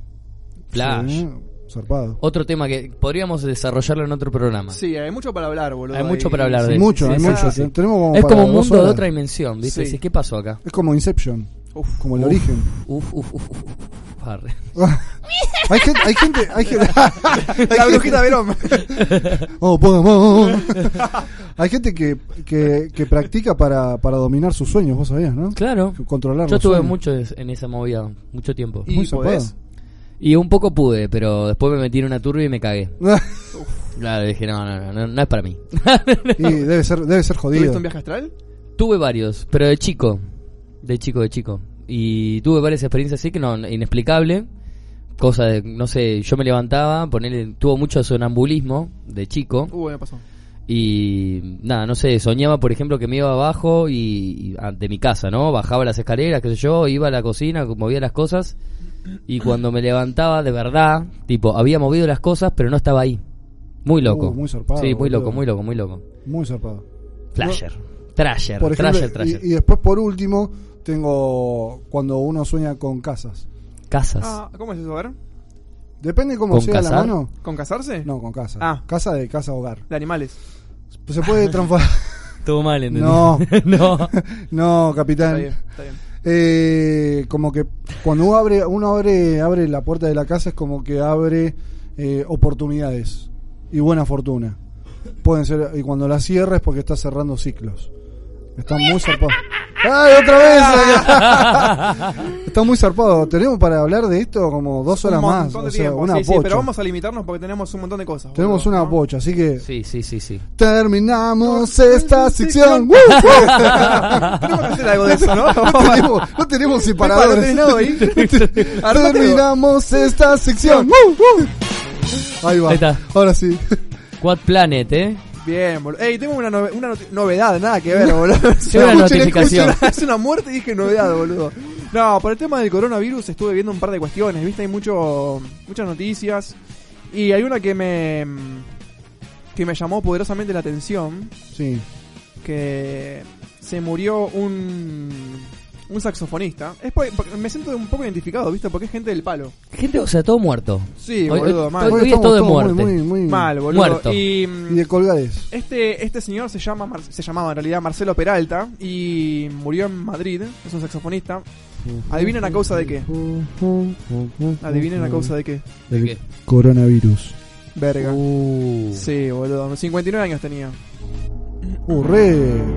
[SPEAKER 3] Flash.
[SPEAKER 2] Sí, zarpado.
[SPEAKER 3] Otro tema que podríamos desarrollarlo en otro programa.
[SPEAKER 1] Sí, hay mucho para hablar, boludo.
[SPEAKER 3] Hay mucho
[SPEAKER 1] ahí.
[SPEAKER 3] para hablar de
[SPEAKER 2] mucho,
[SPEAKER 3] sí,
[SPEAKER 2] hay
[SPEAKER 3] sí,
[SPEAKER 2] mucho.
[SPEAKER 3] sí, sí.
[SPEAKER 2] Tenemos como
[SPEAKER 3] Es
[SPEAKER 2] para
[SPEAKER 3] como un
[SPEAKER 2] dos
[SPEAKER 3] mundo de
[SPEAKER 2] horas.
[SPEAKER 3] otra dimensión, ¿viste?
[SPEAKER 1] Sí.
[SPEAKER 3] Decís, ¿Qué pasó acá?
[SPEAKER 2] Es como Inception,
[SPEAKER 1] Uf.
[SPEAKER 2] como el origen.
[SPEAKER 3] Uf, uf, uf, uf, uf, arre.
[SPEAKER 2] hay gente, hay gente, hay gente.
[SPEAKER 1] La brujita Verón.
[SPEAKER 2] Oh, Pokémon. hay gente que, que, que practica para, para dominar sus sueños, vos sabías, ¿no?
[SPEAKER 3] Claro.
[SPEAKER 2] Controlar
[SPEAKER 3] Yo
[SPEAKER 2] los
[SPEAKER 3] estuve
[SPEAKER 2] sueños.
[SPEAKER 3] mucho es- en esa movida, mucho tiempo.
[SPEAKER 1] ¿Y
[SPEAKER 2] Muy zarpado.
[SPEAKER 1] podés?
[SPEAKER 3] Y un poco pude, pero después me metí en una turba y me cagué. Claro, dije, no, no, no, no, no es para mí.
[SPEAKER 2] y debe ser, debe ser
[SPEAKER 1] ¿Tuviste
[SPEAKER 2] jodido.
[SPEAKER 1] un viaje astral?
[SPEAKER 3] Tuve varios, pero de chico. De chico, de chico. Y tuve varias experiencias así que no, inexplicable. Cosa de, no sé, yo me levantaba, ponele, tuvo mucho sonambulismo de chico.
[SPEAKER 1] Uh, me pasó.
[SPEAKER 3] Y nada, no sé, soñaba por ejemplo que me iba abajo y, y- ah, de mi casa, ¿no? Bajaba las escaleras, qué sé yo, iba a la cocina, movía las cosas y cuando me levantaba de verdad, tipo, había movido las cosas pero no estaba ahí. Muy loco.
[SPEAKER 2] Uh, muy zarpado,
[SPEAKER 3] sí, muy
[SPEAKER 2] boludo.
[SPEAKER 3] loco, muy loco, muy loco.
[SPEAKER 2] Muy zarpado.
[SPEAKER 3] Flasher. Trasher,
[SPEAKER 2] Por ejemplo,
[SPEAKER 3] trasher,
[SPEAKER 2] y,
[SPEAKER 3] trasher.
[SPEAKER 2] y después por último, tengo cuando uno sueña con casas.
[SPEAKER 3] Casas.
[SPEAKER 1] Ah, ¿cómo es eso? A ver.
[SPEAKER 2] Depende cómo
[SPEAKER 3] ¿Con
[SPEAKER 2] sea la
[SPEAKER 3] casar?
[SPEAKER 2] mano.
[SPEAKER 1] ¿Con casarse?
[SPEAKER 2] No, con casa.
[SPEAKER 1] Ah.
[SPEAKER 2] Casa de casa hogar.
[SPEAKER 1] De animales.
[SPEAKER 2] Se puede transformar.
[SPEAKER 3] Todo mal, ¿entendés?
[SPEAKER 2] No.
[SPEAKER 3] no.
[SPEAKER 2] no,
[SPEAKER 1] Está
[SPEAKER 2] capitán.
[SPEAKER 1] bien, está bien.
[SPEAKER 2] Eh, como que cuando uno abre, uno abre, abre la puerta de la casa es como que abre eh, oportunidades y buena fortuna. Pueden ser y cuando la cierra es porque está cerrando ciclos. Está muy zarpado. ¡Ay, otra vez! está muy zarpado. Tenemos para hablar de esto como dos horas
[SPEAKER 1] un montón
[SPEAKER 2] más.
[SPEAKER 1] de
[SPEAKER 2] o sea,
[SPEAKER 1] tiempo.
[SPEAKER 2] una
[SPEAKER 1] sí, sí,
[SPEAKER 2] pocha.
[SPEAKER 1] pero vamos a limitarnos porque tenemos un montón de cosas.
[SPEAKER 2] Tenemos
[SPEAKER 1] boludo,
[SPEAKER 2] una
[SPEAKER 1] ¿no?
[SPEAKER 2] pocha, así que
[SPEAKER 3] Sí, sí, sí, sí.
[SPEAKER 2] terminamos esta sección. ¡Woo!
[SPEAKER 1] Tenemos que hacer algo de eso, ¿no?
[SPEAKER 2] No tenemos, no tenemos separadores.
[SPEAKER 1] Epa, no tenés nada ahí. Armate
[SPEAKER 2] Terminamos esta sección.
[SPEAKER 3] Uh,
[SPEAKER 2] Ahí va.
[SPEAKER 3] Ahí está.
[SPEAKER 2] Ahora sí.
[SPEAKER 3] Quad Planet, ¿eh?
[SPEAKER 1] Bien, boludo. Ey, tengo una, nove- una noti- novedad, nada que ver, boludo.
[SPEAKER 3] Sí, una
[SPEAKER 2] Escuchen,
[SPEAKER 3] notificación.
[SPEAKER 2] escuchen.
[SPEAKER 1] es una muerte y dije novedad, boludo. No, por el tema del coronavirus estuve viendo un par de cuestiones, viste, hay mucho, muchas noticias. Y hay una que me. que me llamó poderosamente la atención.
[SPEAKER 2] Sí.
[SPEAKER 1] Que se murió un. un saxofonista. Es por- porque me siento un poco identificado, ¿viste? Porque es gente del palo.
[SPEAKER 3] Gente, o sea, todo muerto.
[SPEAKER 1] Sí,
[SPEAKER 3] Hoy-
[SPEAKER 1] boludo,
[SPEAKER 3] hoy-
[SPEAKER 1] mal.
[SPEAKER 3] hoy-
[SPEAKER 1] Hoy
[SPEAKER 3] hoy es todo de muerte.
[SPEAKER 2] Muy, muy, muy-
[SPEAKER 1] Mal, boludo.
[SPEAKER 3] Muerto.
[SPEAKER 1] Y,
[SPEAKER 2] Y de colgades.
[SPEAKER 1] este, este señor se llama Mar- se llamaba en realidad Marcelo Peralta y murió en Madrid, es un saxofonista. Adivinen a causa de qué. Adivinen a causa de qué.
[SPEAKER 3] ¿De qué?
[SPEAKER 2] Coronavirus.
[SPEAKER 1] Verga.
[SPEAKER 2] Uh,
[SPEAKER 1] Sí, boludo. 59 años tenía.
[SPEAKER 2] uh, re.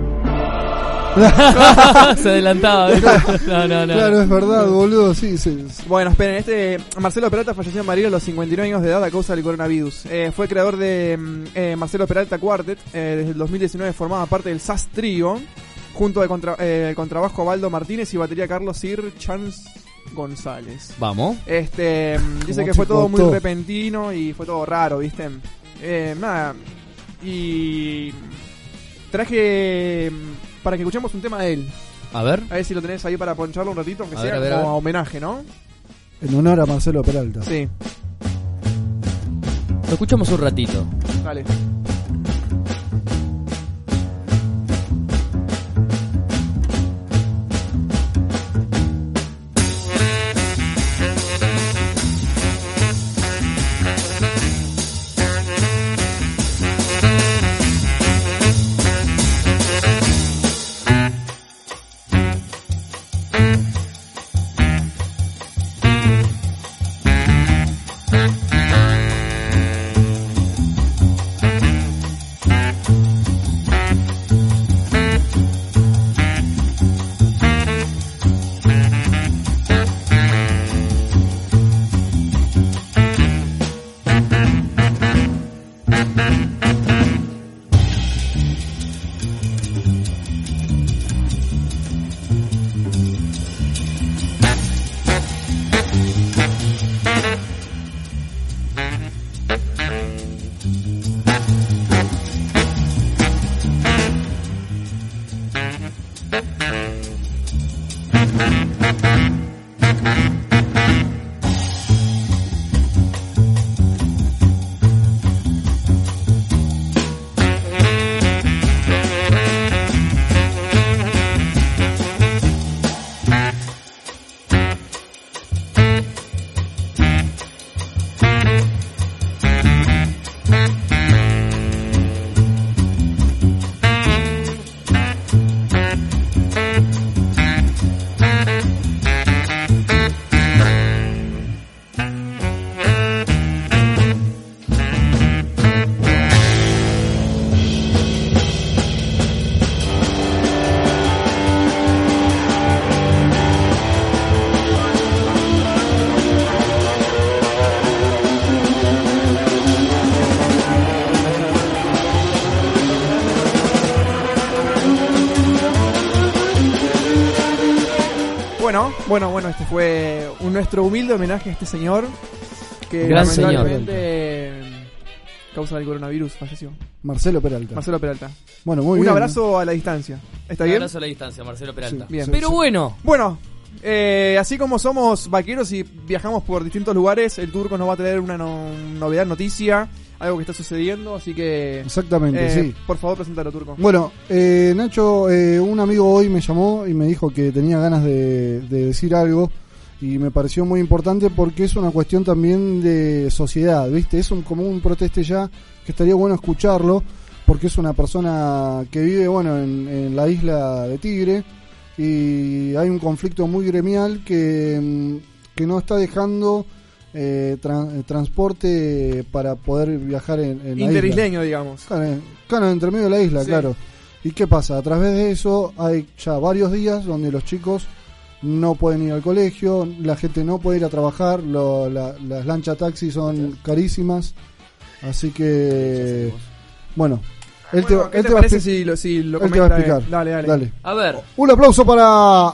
[SPEAKER 3] Se adelantaba. ¿eh? No, no, no.
[SPEAKER 2] Claro, es verdad, boludo, sí, sí. sí.
[SPEAKER 1] Bueno, esperen, este Marcelo Peralta falleció en Madrid a los 59 años de edad a causa del coronavirus. Eh, fue creador de mm, eh, Marcelo Peralta Quartet. eh, desde el 2019 formaba parte del SAS Trio, junto al contra, eh, contrabajo Baldo Martínez y batería Carlos Sir Chance González.
[SPEAKER 3] Vamos.
[SPEAKER 1] Este, mm, dice
[SPEAKER 2] Como
[SPEAKER 1] que fue
[SPEAKER 2] chico
[SPEAKER 1] todo muy
[SPEAKER 2] todo.
[SPEAKER 1] repentino y fue todo raro, ¿viste? Eh, nada. Y traje mm, para que escuchemos un tema de él.
[SPEAKER 3] A ver.
[SPEAKER 1] A ver si lo tenés ahí para poncharlo un ratito, aunque
[SPEAKER 3] A
[SPEAKER 1] sea
[SPEAKER 3] ver, a ver, a
[SPEAKER 1] como
[SPEAKER 3] ver.
[SPEAKER 1] homenaje, ¿no?
[SPEAKER 2] En honor a Marcelo Peralta.
[SPEAKER 1] Sí,
[SPEAKER 3] Lo escuchamos un ratito.
[SPEAKER 1] dale. Bueno, bueno, bueno, este fue un- nuestro humilde homenaje a este señor que
[SPEAKER 3] Gran señor.
[SPEAKER 1] lamentablemente em, causa del coronavirus falleció.
[SPEAKER 2] Marcelo Peralta.
[SPEAKER 1] Marcelo Peralta.
[SPEAKER 2] Bueno, muy
[SPEAKER 1] un
[SPEAKER 2] bien.
[SPEAKER 1] abrazo a la distancia. ¿Está bien?
[SPEAKER 3] Un abrazo a la distancia, Marcelo Peralta.
[SPEAKER 2] Sí,
[SPEAKER 1] Bien.
[SPEAKER 2] sí,
[SPEAKER 3] Pero
[SPEAKER 2] sí.
[SPEAKER 3] bueno,
[SPEAKER 1] Bueno, eh, así como somos vaqueros y viajamos por distintos lugares, el turco nos va a traer una no- novedad, noticia, algo que está sucediendo, así que...
[SPEAKER 2] Exactamente,
[SPEAKER 1] eh,
[SPEAKER 2] sí.
[SPEAKER 1] Por favor, preséntalo, turco.
[SPEAKER 2] Bueno, eh, Nacho, eh, un amigo hoy me llamó y me dijo que tenía ganas de, de decir algo y me pareció muy importante porque es una cuestión también de sociedad, ¿viste? Es un, como un proteste ya que estaría bueno escucharlo porque es una persona que vive, bueno, en, en la isla de Tigre y hay un conflicto muy gremial que, mm, que no está dejando eh, tran- transporte para poder viajar en, en la isla.
[SPEAKER 1] Interisleño, digamos.
[SPEAKER 2] Claro, claro, entre medio de la isla,
[SPEAKER 1] Sí.
[SPEAKER 2] claro. ¿Y qué pasa? A través de eso hay ya varios días donde los chicos no pueden ir al colegio, la gente no puede ir a trabajar, lo- la- las lanchas taxi son carísimas. Así que, bueno, él te,
[SPEAKER 1] Bueno, ¿Qué
[SPEAKER 2] él
[SPEAKER 1] te
[SPEAKER 2] te va a
[SPEAKER 1] parece
[SPEAKER 2] expli-
[SPEAKER 1] si lo, si lo
[SPEAKER 2] él te va a
[SPEAKER 1] comenta él?
[SPEAKER 2] explicar.
[SPEAKER 1] Dale, dale.
[SPEAKER 2] Dale.
[SPEAKER 3] a ver.
[SPEAKER 2] Un aplauso para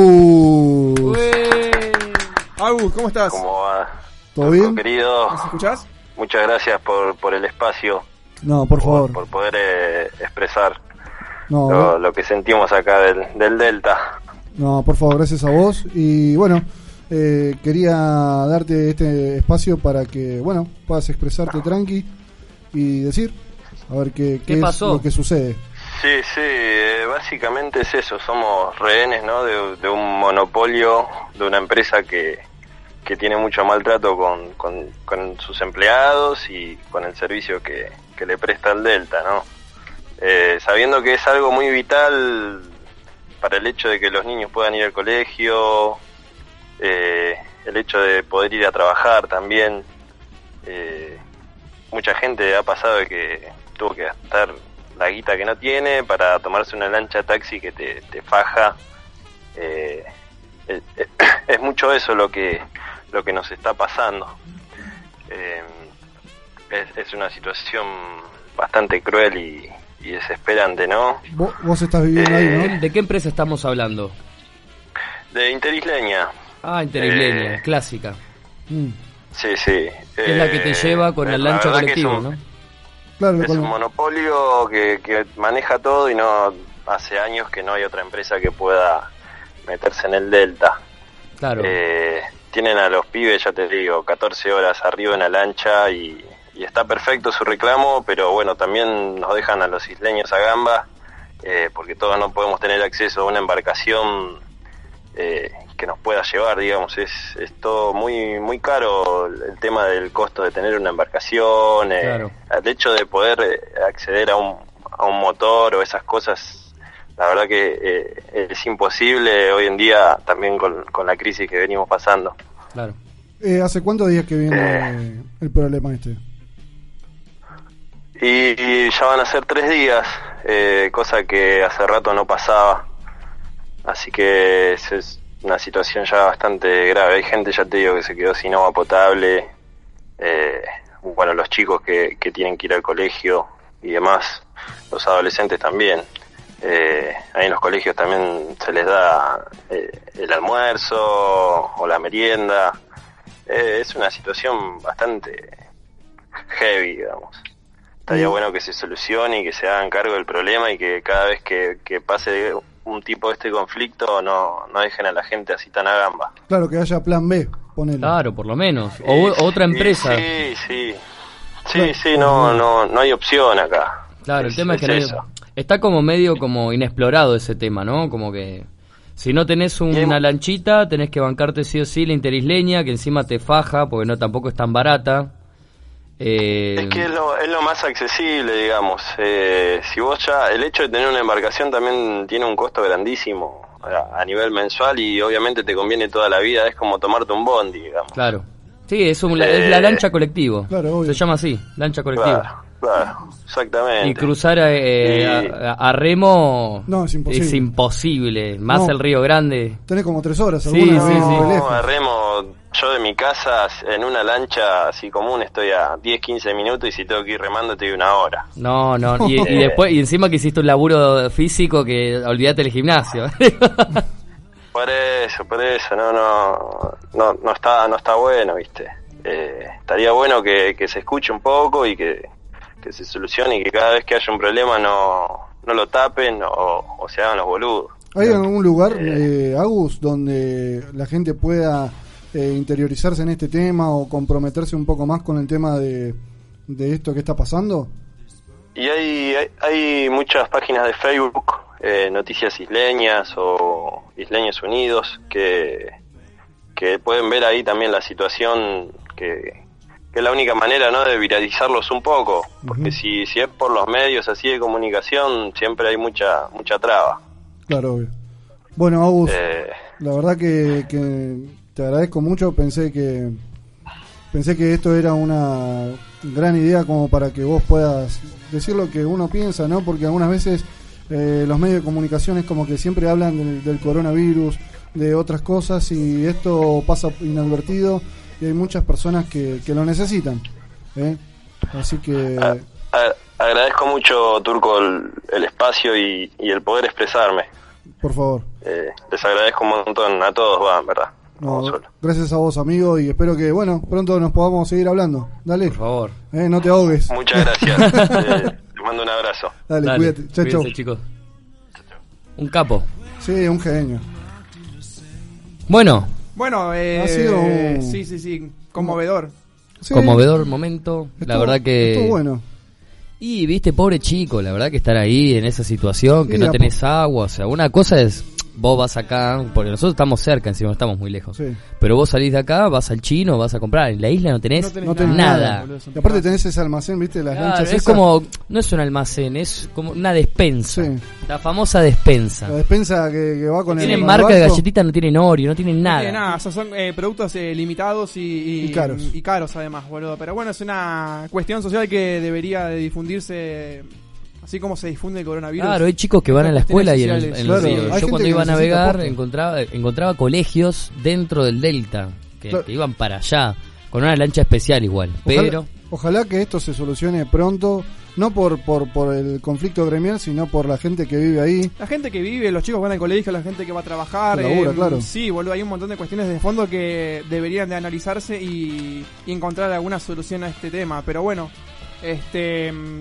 [SPEAKER 2] Agus.
[SPEAKER 1] Agus, ¿cómo estás?
[SPEAKER 6] ¿Cómo va?
[SPEAKER 2] ¿Todo bien?
[SPEAKER 6] Querido,
[SPEAKER 1] ¿Nos escuchás?
[SPEAKER 6] muchas gracias por, por el espacio,
[SPEAKER 2] No, por
[SPEAKER 6] por,
[SPEAKER 2] favor.
[SPEAKER 6] por poder eh, expresar
[SPEAKER 2] No,
[SPEAKER 6] lo, lo que sentimos acá del, del Delta.
[SPEAKER 2] No, por favor, gracias a vos. Y bueno, eh, quería darte este espacio para que, bueno, puedas expresarte tranqui y decir, a ver qué,
[SPEAKER 3] ¿Qué
[SPEAKER 2] qué es
[SPEAKER 3] pasó?
[SPEAKER 2] lo que sucede.
[SPEAKER 6] Sí, sí, eh, básicamente es eso, somos rehenes ¿no? de, de un monopolio, de una empresa que, que tiene mucho maltrato con, con, con sus empleados y con el servicio que, que le presta el Delta, ¿no? Eh, sabiendo que es algo muy vital para el hecho de que los niños puedan ir al colegio, eh, el hecho de poder ir a trabajar también. Eh, mucha gente ha pasado de que tuvo que gastar la guita que no tiene para tomarse una lancha taxi que te, te faja. Eh, es, es- es mucho eso lo que, lo que nos está pasando. Eh, es, es una situación bastante cruel y, y desesperante, ¿no?
[SPEAKER 2] Vos, vos estás viviendo ahí, ¿no?
[SPEAKER 3] ¿De qué empresa estamos hablando?
[SPEAKER 6] De Interisleña.
[SPEAKER 3] Ah, Interisleña,
[SPEAKER 6] Eh,
[SPEAKER 3] clásica.
[SPEAKER 2] Mm,
[SPEAKER 6] Sí, sí. Eh,
[SPEAKER 3] Es la que te lleva con el lancho colectivo, ¿no?
[SPEAKER 2] claro, lo
[SPEAKER 6] Es un
[SPEAKER 2] cual-
[SPEAKER 6] monopolio que, que maneja todo y no hace años que no hay otra empresa que pueda meterse en el Delta.
[SPEAKER 3] Claro.
[SPEAKER 6] Eh, tienen a los pibes, ya te digo, 14 horas arriba en la lancha y, y está perfecto su reclamo, pero bueno, también nos dejan a los isleños a gamba eh, porque todos no podemos tener acceso a una embarcación eh, que nos pueda llevar, digamos. Es, es todo muy, muy caro el tema del costo de tener una embarcación, eh,
[SPEAKER 3] Claro.
[SPEAKER 6] el hecho de poder eh, acceder a un, a un motor o esas cosas. La verdad que eh, es imposible hoy en día también con, con la crisis que venimos pasando.
[SPEAKER 3] Claro.
[SPEAKER 2] Eh, ¿Hace cuántos días que viene eh, el problema este?
[SPEAKER 6] Y, y ya van a ser tres días, eh, cosa que hace rato no pasaba. Así que es, es una situación ya bastante grave. Hay gente, ya te digo, que se quedó sin agua potable. eh, bueno, los chicos que, que tienen que ir al colegio y demás, los adolescentes también. Eh, ahí en los colegios también se les da eh, el almuerzo o la merienda. Eh, es una situación bastante heavy, digamos. Estaría bueno que se solucione y que se hagan cargo del problema y que cada vez que, que pase un tipo de este conflicto no, no dejen a la gente así tan a gamba.
[SPEAKER 2] Claro, que haya plan B, ponele.
[SPEAKER 3] Claro, por lo menos. O
[SPEAKER 6] Sí,
[SPEAKER 3] otra empresa.
[SPEAKER 6] Sí, sí. Sí, sí, no, no, no hay opción acá.
[SPEAKER 3] Claro, el tema es que no hay-
[SPEAKER 6] eso.
[SPEAKER 3] está como medio como inexplorado ese tema, ¿no? Como que si no tenés una
[SPEAKER 6] Bien.
[SPEAKER 3] lanchita, tenés que bancarte sí o sí la interisleña, que encima te faja, porque no tampoco es tan barata. Eh,
[SPEAKER 6] Es que es lo, es lo más accesible, digamos. Eh, si vos ya, el hecho de tener una embarcación también tiene un costo grandísimo a, a nivel mensual y obviamente te conviene toda la vida. Es como tomarte un bondi, digamos.
[SPEAKER 3] Claro. Sí, es, un- es la
[SPEAKER 6] Eh,
[SPEAKER 3] lancha colectivo.
[SPEAKER 2] claro, obvio.
[SPEAKER 3] Se llama así, lancha colectivo.
[SPEAKER 6] Claro, claro, exactamente.
[SPEAKER 3] Y cruzar eh,
[SPEAKER 6] Sí.
[SPEAKER 3] a, a remo
[SPEAKER 2] No, es imposible.
[SPEAKER 3] es imposible. Más
[SPEAKER 2] No.
[SPEAKER 3] el Río Grande.
[SPEAKER 2] Tenés como tres horas,
[SPEAKER 3] Sí,
[SPEAKER 2] alguna
[SPEAKER 3] sí,
[SPEAKER 2] vez,
[SPEAKER 3] sí.
[SPEAKER 2] muy
[SPEAKER 6] No,
[SPEAKER 2] lejos.
[SPEAKER 6] a remo, yo de mi casa en una lancha así común estoy a 10, 15 minutos y si tengo que ir remando estoy una hora.
[SPEAKER 3] No, no. Y,
[SPEAKER 6] Eh.
[SPEAKER 3] y después, y encima que hiciste un laburo físico que olvídate del gimnasio.
[SPEAKER 6] Por eso, por eso, no, no, no, no está, no está bueno, viste. Eh, estaría bueno que, que se escuche un poco y que, que se solucione y que cada vez que haya un problema no, no lo tapen o, o se hagan los boludos.
[SPEAKER 2] ¿Hay algún lugar, eh, Agus, donde la gente pueda eh, interiorizarse en este tema o comprometerse un poco más con el tema de, de esto que está pasando?
[SPEAKER 6] Y hay, hay, hay muchas páginas de Facebook, eh, Noticias Isleñas o Isleños Unidos, que, que pueden ver ahí también la situación, que, que es la única manera ¿no? de viralizarlos un poco, porque si, si es por los medios así de comunicación, siempre hay mucha, mucha traba.
[SPEAKER 2] Claro, obvio. Bueno, Agus,
[SPEAKER 6] Eh,
[SPEAKER 2] la verdad que, que te agradezco mucho. Pensé que pensé que esto era una gran idea como para que vos puedas decir lo que uno piensa, ¿no? Porque algunas veces eh, los medios de comunicación es como que siempre hablan del, del coronavirus, de otras cosas y esto pasa inadvertido y hay muchas personas que, que lo necesitan. ¿eh? Así que
[SPEAKER 6] a- a- agradezco mucho, Turco, el, el espacio y, y el poder expresarme.
[SPEAKER 2] por favor.
[SPEAKER 6] Eh, les agradezco un montón a todos, va, en verdad.
[SPEAKER 2] No,
[SPEAKER 6] No solo.
[SPEAKER 2] gracias a vos, amigo, y espero que, bueno, pronto nos podamos seguir hablando. Dale.
[SPEAKER 3] Por favor.
[SPEAKER 2] Eh, no te ahogues.
[SPEAKER 6] Muchas gracias. Eh, te mando un abrazo.
[SPEAKER 2] Dale,
[SPEAKER 3] Dale,
[SPEAKER 2] cuídate. Chao,
[SPEAKER 3] cuídense,
[SPEAKER 2] chao.
[SPEAKER 3] chicos. Un capo.
[SPEAKER 2] Sí, un genio.
[SPEAKER 3] Bueno,
[SPEAKER 1] Bueno, eh,
[SPEAKER 2] Ha sido un-
[SPEAKER 1] sí, sí, sí, conmovedor.
[SPEAKER 2] Sí,
[SPEAKER 3] conmovedor momento.
[SPEAKER 2] estuvo-
[SPEAKER 3] la verdad que
[SPEAKER 2] Estuvo bueno.
[SPEAKER 3] Y viste, pobre chico, la verdad que estar ahí en esa situación, que
[SPEAKER 2] Y
[SPEAKER 3] no
[SPEAKER 2] la
[SPEAKER 3] tenés agua, o sea, una cosa es, vos vas acá, porque nosotros estamos cerca, encima no estamos muy lejos,
[SPEAKER 2] Sí.
[SPEAKER 3] pero vos salís de acá, vas al chino, vas a comprar, en la isla no tenés,
[SPEAKER 2] No tenés
[SPEAKER 3] nada.
[SPEAKER 1] boludo, es un
[SPEAKER 2] Y aparte
[SPEAKER 1] pedazo.
[SPEAKER 2] tenés ese almacén, viste, las
[SPEAKER 3] Claro,
[SPEAKER 2] lanchas.
[SPEAKER 3] es
[SPEAKER 2] esas.
[SPEAKER 3] como, no es un almacén, es como una despensa,
[SPEAKER 2] Sí.
[SPEAKER 3] la famosa despensa.
[SPEAKER 2] La despensa que, que va con el.
[SPEAKER 3] Tienen
[SPEAKER 2] con el
[SPEAKER 3] marca de
[SPEAKER 2] barco.
[SPEAKER 3] galletitas, no tienen Oreo, no tienen
[SPEAKER 1] No
[SPEAKER 3] nada.
[SPEAKER 1] tiene nada, o sea, son eh, productos eh, limitados y,
[SPEAKER 2] Y caros.
[SPEAKER 1] y caros además, boludo. Pero bueno, es una cuestión social que debería de difundirse así como se difunde el coronavirus.
[SPEAKER 3] Claro, hay chicos que van a la escuela y en, el-
[SPEAKER 1] Sociales.
[SPEAKER 3] en los
[SPEAKER 2] Claro,
[SPEAKER 3] ríos.
[SPEAKER 2] hay
[SPEAKER 3] Yo
[SPEAKER 2] gente
[SPEAKER 3] cuando
[SPEAKER 2] que
[SPEAKER 3] iba a
[SPEAKER 2] necesita
[SPEAKER 3] navegar
[SPEAKER 2] posta.
[SPEAKER 3] encontraba, encontraba colegios dentro del delta que,
[SPEAKER 2] Claro.
[SPEAKER 3] que iban para allá con una lancha especial igual.
[SPEAKER 2] Ojalá-
[SPEAKER 3] Pero
[SPEAKER 2] Ojalá que esto se solucione pronto, no por, por, por el conflicto gremial, sino por la gente que vive ahí.
[SPEAKER 1] La gente que vive, los chicos que van al colegio, la gente que va a trabajar. em,
[SPEAKER 2] Que labura, claro.
[SPEAKER 1] Sí, boludo, hay un montón de cuestiones de fondo que deberían de analizarse y, y encontrar alguna solución a este tema. Pero bueno, este mm,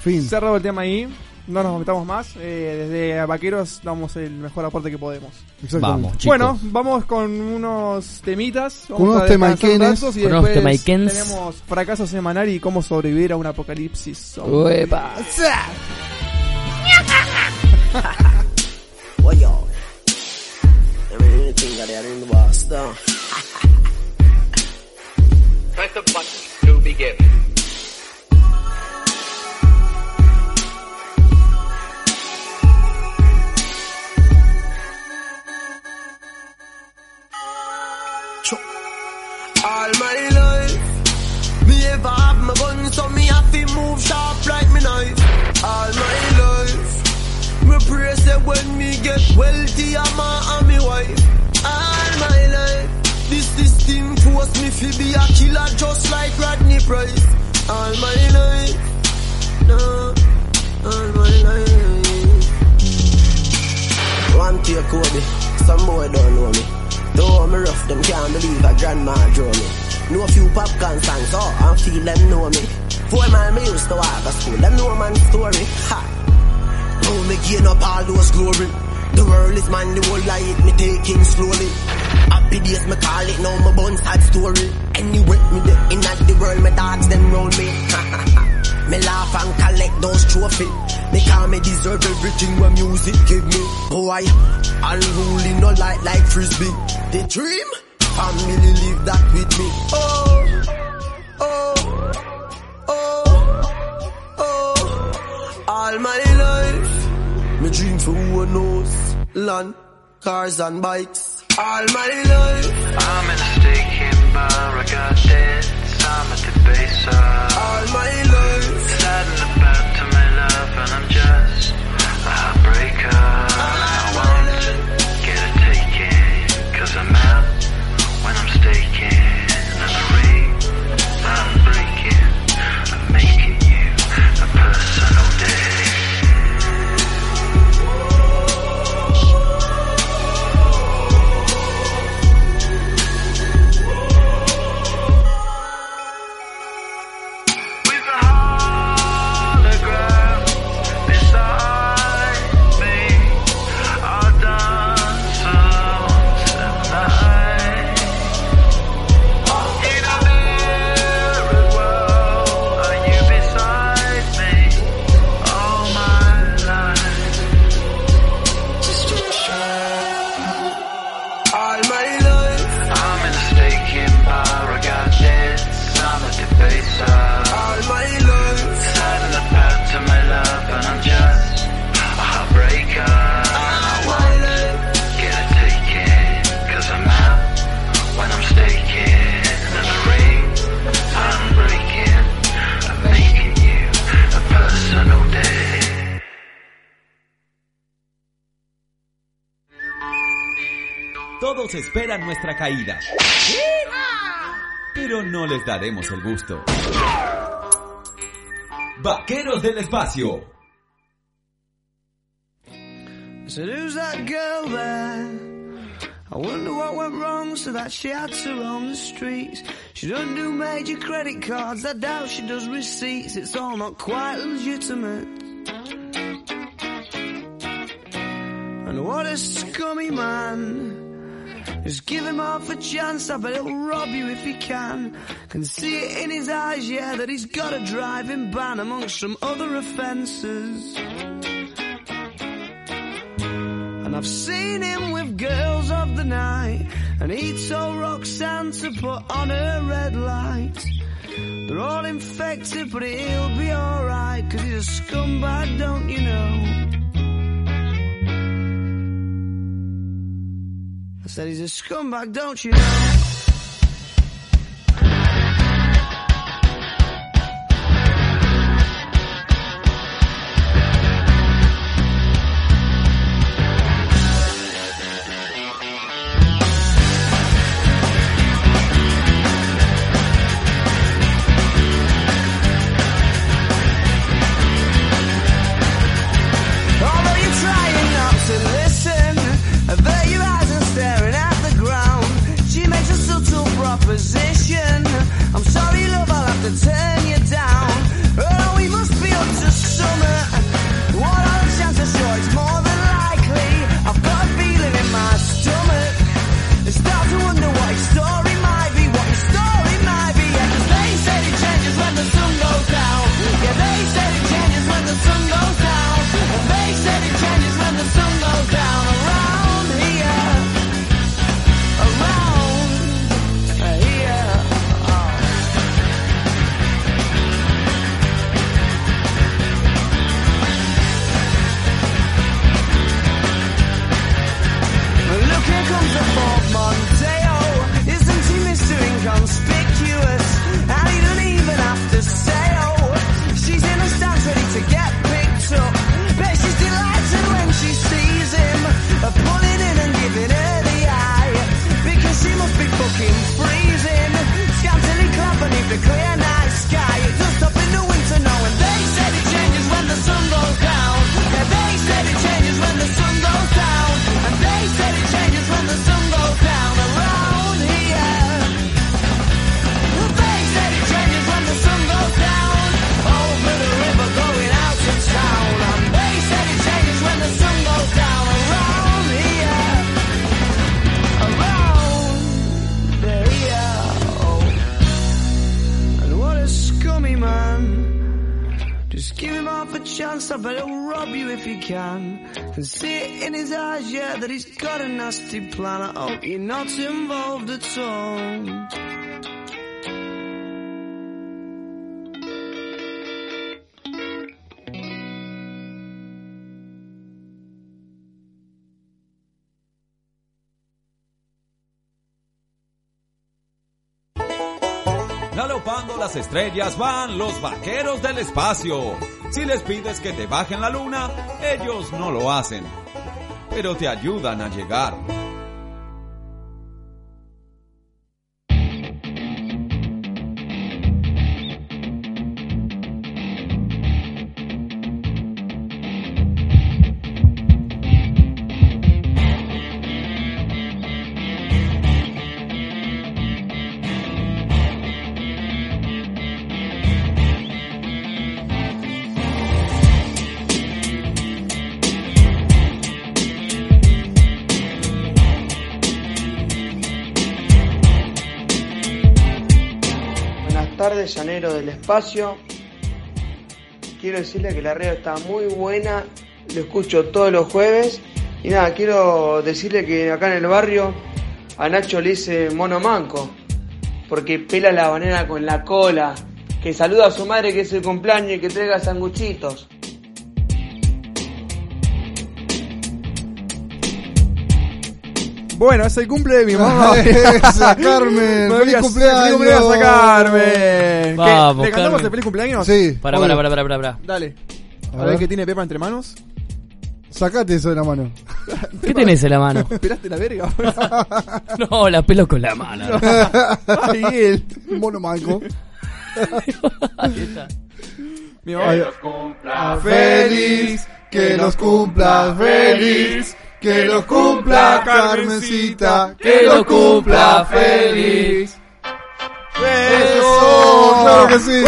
[SPEAKER 2] Fin.
[SPEAKER 1] cerrado el tema ahí, no nos metamos más. Eh, desde Vaqueros damos el mejor aporte que podemos.
[SPEAKER 2] Exactamente.
[SPEAKER 3] vamos, chicos.
[SPEAKER 1] Bueno, vamos con unos temitas. Vamos
[SPEAKER 2] unos
[SPEAKER 1] a descansar
[SPEAKER 2] temaiquenes.
[SPEAKER 1] ratos y
[SPEAKER 3] Con unos
[SPEAKER 1] después
[SPEAKER 3] temaiquens.
[SPEAKER 1] Tenemos fracaso semanal y cómo sobrevivir a un apocalipsis. zombie.
[SPEAKER 3] Uepa.
[SPEAKER 7] Boy, yo. Everything that I in the boss, though.
[SPEAKER 8] Press the button to begin.
[SPEAKER 7] All my life, me ever have my gun, so me have to move sharp like me knife. All my life, me pray that when me get wealthy, I'm a and me wife. All my life, this system force me to be a killer just like Rodney Price. All my life, no, all my life. One take Kobe, some boy don't know me. Though me rough, them can't believe a grandma draw me. Know a few popcorn songs, oh, I feel them know me. Four man me used to have a school, them know man story. Ha! Now me gain up all those glory. The world is man, the whole life me taking slowly. Happy days me call it, now my bun sad story. Anyway, me the in the world, my dogs them roll me. Ha ha ha. Me laugh and collect those trophy. Me call me deserve everything when music give me. Boy, unruly no light like frisbee. The dream, family live that with me. Oh, oh, oh, oh. All my life, me dream for who knows. Land, cars and bikes. All my life,
[SPEAKER 8] I'm in a stinking bar, I got dance, I'm at the baseline.
[SPEAKER 7] all my life.
[SPEAKER 8] Saddened about to my love, and I'm just a heartbreaker. I won't get a taken, cause I'm out when I'm staking. And the ring I'm breaking, I'm making you a personal day. With a hologram beside me, I'll dance tonight. In a mirror world, are you beside me all my life?
[SPEAKER 7] All my life,
[SPEAKER 8] I'm in a staking bar, I got debts, I'm a debaser.
[SPEAKER 7] all my life.
[SPEAKER 8] Saddened about to my love, and I'm just a heartbreaker. I won't get a ticket, cause I'm out when I'm staking. And the ring I'm breaking, I'm making you a personal day.
[SPEAKER 4] Todos esperan nuestra caída. Pero no les daremos el gusto. Vaqueros del espacio.
[SPEAKER 7] So who's that girl there? I wonder what went wrong so that she had to roam the streets. She doesn't do major credit cards, I doubt she does receipts. It's all not quite legitimate. And what a scummy man
[SPEAKER 8] Just give him half a chance, I bet he'll rob you if he can. Can see it in his eyes, yeah, that he's got a driving ban amongst some other offences. And I've seen him with girls of the night, and he told Roxanne to put on her red light. They're all infected, but he'll be alright, cause he's a scumbag, don't you know? I said he's a scumbag, don't you know? Although you're trying not to listen, I bet your eyes are staring at the ground. She makes a subtle proposition. I'm sorry, love, I'll have to turn you down. Oh, we must be up to summer. What are the chances? Sure, it's more than likely. I've got a feeling in my stomach. I start to wonder what your story might be, what your story might be. Yeah, 'cause they said it changes when the sun goes down. Yeah, they said it changes when the sun goes down. And they said it changes when the sun goes down. Around here, around here. Oh. Look, here comes the Bob Mondeo. Isn't he Mr. Inconspicuous? And he doesn't even have to say, oh. She's in a stance ready to get picked up. Bet she's delighted when she sees him. Uh, Pulling in and giving her the eye. Because she must be fucking freezing. Scantily clad beneath the clear night sky. It dust up in the winter now. And they said it changes when the sun goes down. Yeah, they said it changes when the sun goes down. And they said it changes when the sun goes down around here. They said it changes when the sun goes down. Over the river going out to town. And they said it changes when the sun goes down around here. Around here. Oh. And what a scummy man. Just give him half a chance, I bet he'll rob you if he can. Can see it in his eyes, yeah, that he's got a nasty plan. I hope you're not involved at all.
[SPEAKER 4] Galopando las estrellas van los vaqueros del espacio. Si les pides que te bajen la luna, ellos no lo hacen. Pero te ayudan a llegar.
[SPEAKER 8] Buenas tardes, llanero del espacio. Quiero decirle que la radio está muy buena, lo escucho todos los jueves. Y nada, quiero decirle que acá en el barrio a Nacho le dice mono manco, porque pela la banana con la cola, que saluda a su madre que es el cumpleaños y que traiga sanguchitos.
[SPEAKER 1] Bueno, es el cumple de mi mamá.
[SPEAKER 2] Ah,
[SPEAKER 5] Esa, Carmen,
[SPEAKER 1] Me
[SPEAKER 5] feliz
[SPEAKER 1] digas,
[SPEAKER 5] cumpleaños.
[SPEAKER 1] ¡Feliz cumpleaños a
[SPEAKER 3] Vamos,
[SPEAKER 1] Carmen! ¿Qué? ¿Le cantamos
[SPEAKER 3] Carmen.
[SPEAKER 1] el feliz cumpleaños?
[SPEAKER 5] Sí,
[SPEAKER 3] Para,
[SPEAKER 1] Obvio.
[SPEAKER 3] para, para, para, para, para.
[SPEAKER 1] Dale. A,
[SPEAKER 5] A
[SPEAKER 1] ver
[SPEAKER 5] ver.
[SPEAKER 1] qué tiene Pepa entre manos.
[SPEAKER 5] sacate eso de la mano.
[SPEAKER 3] ¿Qué tenés en la mano?
[SPEAKER 1] ¿Esperaste la verga?
[SPEAKER 3] No, la pelo con la mano.
[SPEAKER 1] Ay, él.
[SPEAKER 5] Mono manco.
[SPEAKER 1] Mi mamá.
[SPEAKER 5] feliz, que los cumpla feliz, que los cumpla Carmencita, que los cumpla feliz. Eso, claro que sí.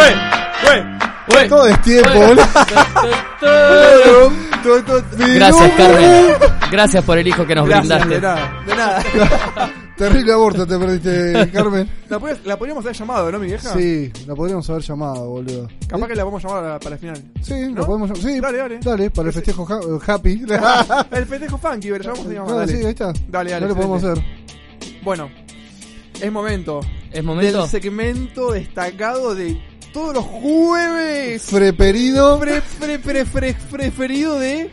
[SPEAKER 5] Todo es tiempo, boludo. Todo- todo-
[SPEAKER 3] Gracias,
[SPEAKER 5] Mi
[SPEAKER 3] Carmen. Gracias por el hijo que nos
[SPEAKER 1] Gracias, de
[SPEAKER 3] brindaste.
[SPEAKER 1] nada, de nada.
[SPEAKER 5] nombre-
[SPEAKER 2] Terrible aborto te perdiste, Carmen.
[SPEAKER 1] La, podrías- la podríamos haber llamado, ¿no, mi vieja?
[SPEAKER 2] Sí, la podríamos haber llamado, boludo.
[SPEAKER 1] Capaz que la vamos a llamar a- para el final.
[SPEAKER 2] Sí,
[SPEAKER 1] ¿No?
[SPEAKER 2] la podemos llamar. Sí,
[SPEAKER 1] Dale, dale.
[SPEAKER 2] Dale, para el festejo ja- happy.
[SPEAKER 1] El pendejo funky, pero llamamos y llamamos.
[SPEAKER 2] Ah,
[SPEAKER 1] dale.
[SPEAKER 2] sí, ahí está.
[SPEAKER 1] Dale, dale.
[SPEAKER 2] No lo podemos
[SPEAKER 1] excelente.
[SPEAKER 2] hacer.
[SPEAKER 1] Bueno, es momento.
[SPEAKER 3] ¿Es momento?
[SPEAKER 1] Del segmento destacado de todos los jueves.
[SPEAKER 2] Preperido.
[SPEAKER 1] Pre, pre, pre, pre- preferido de.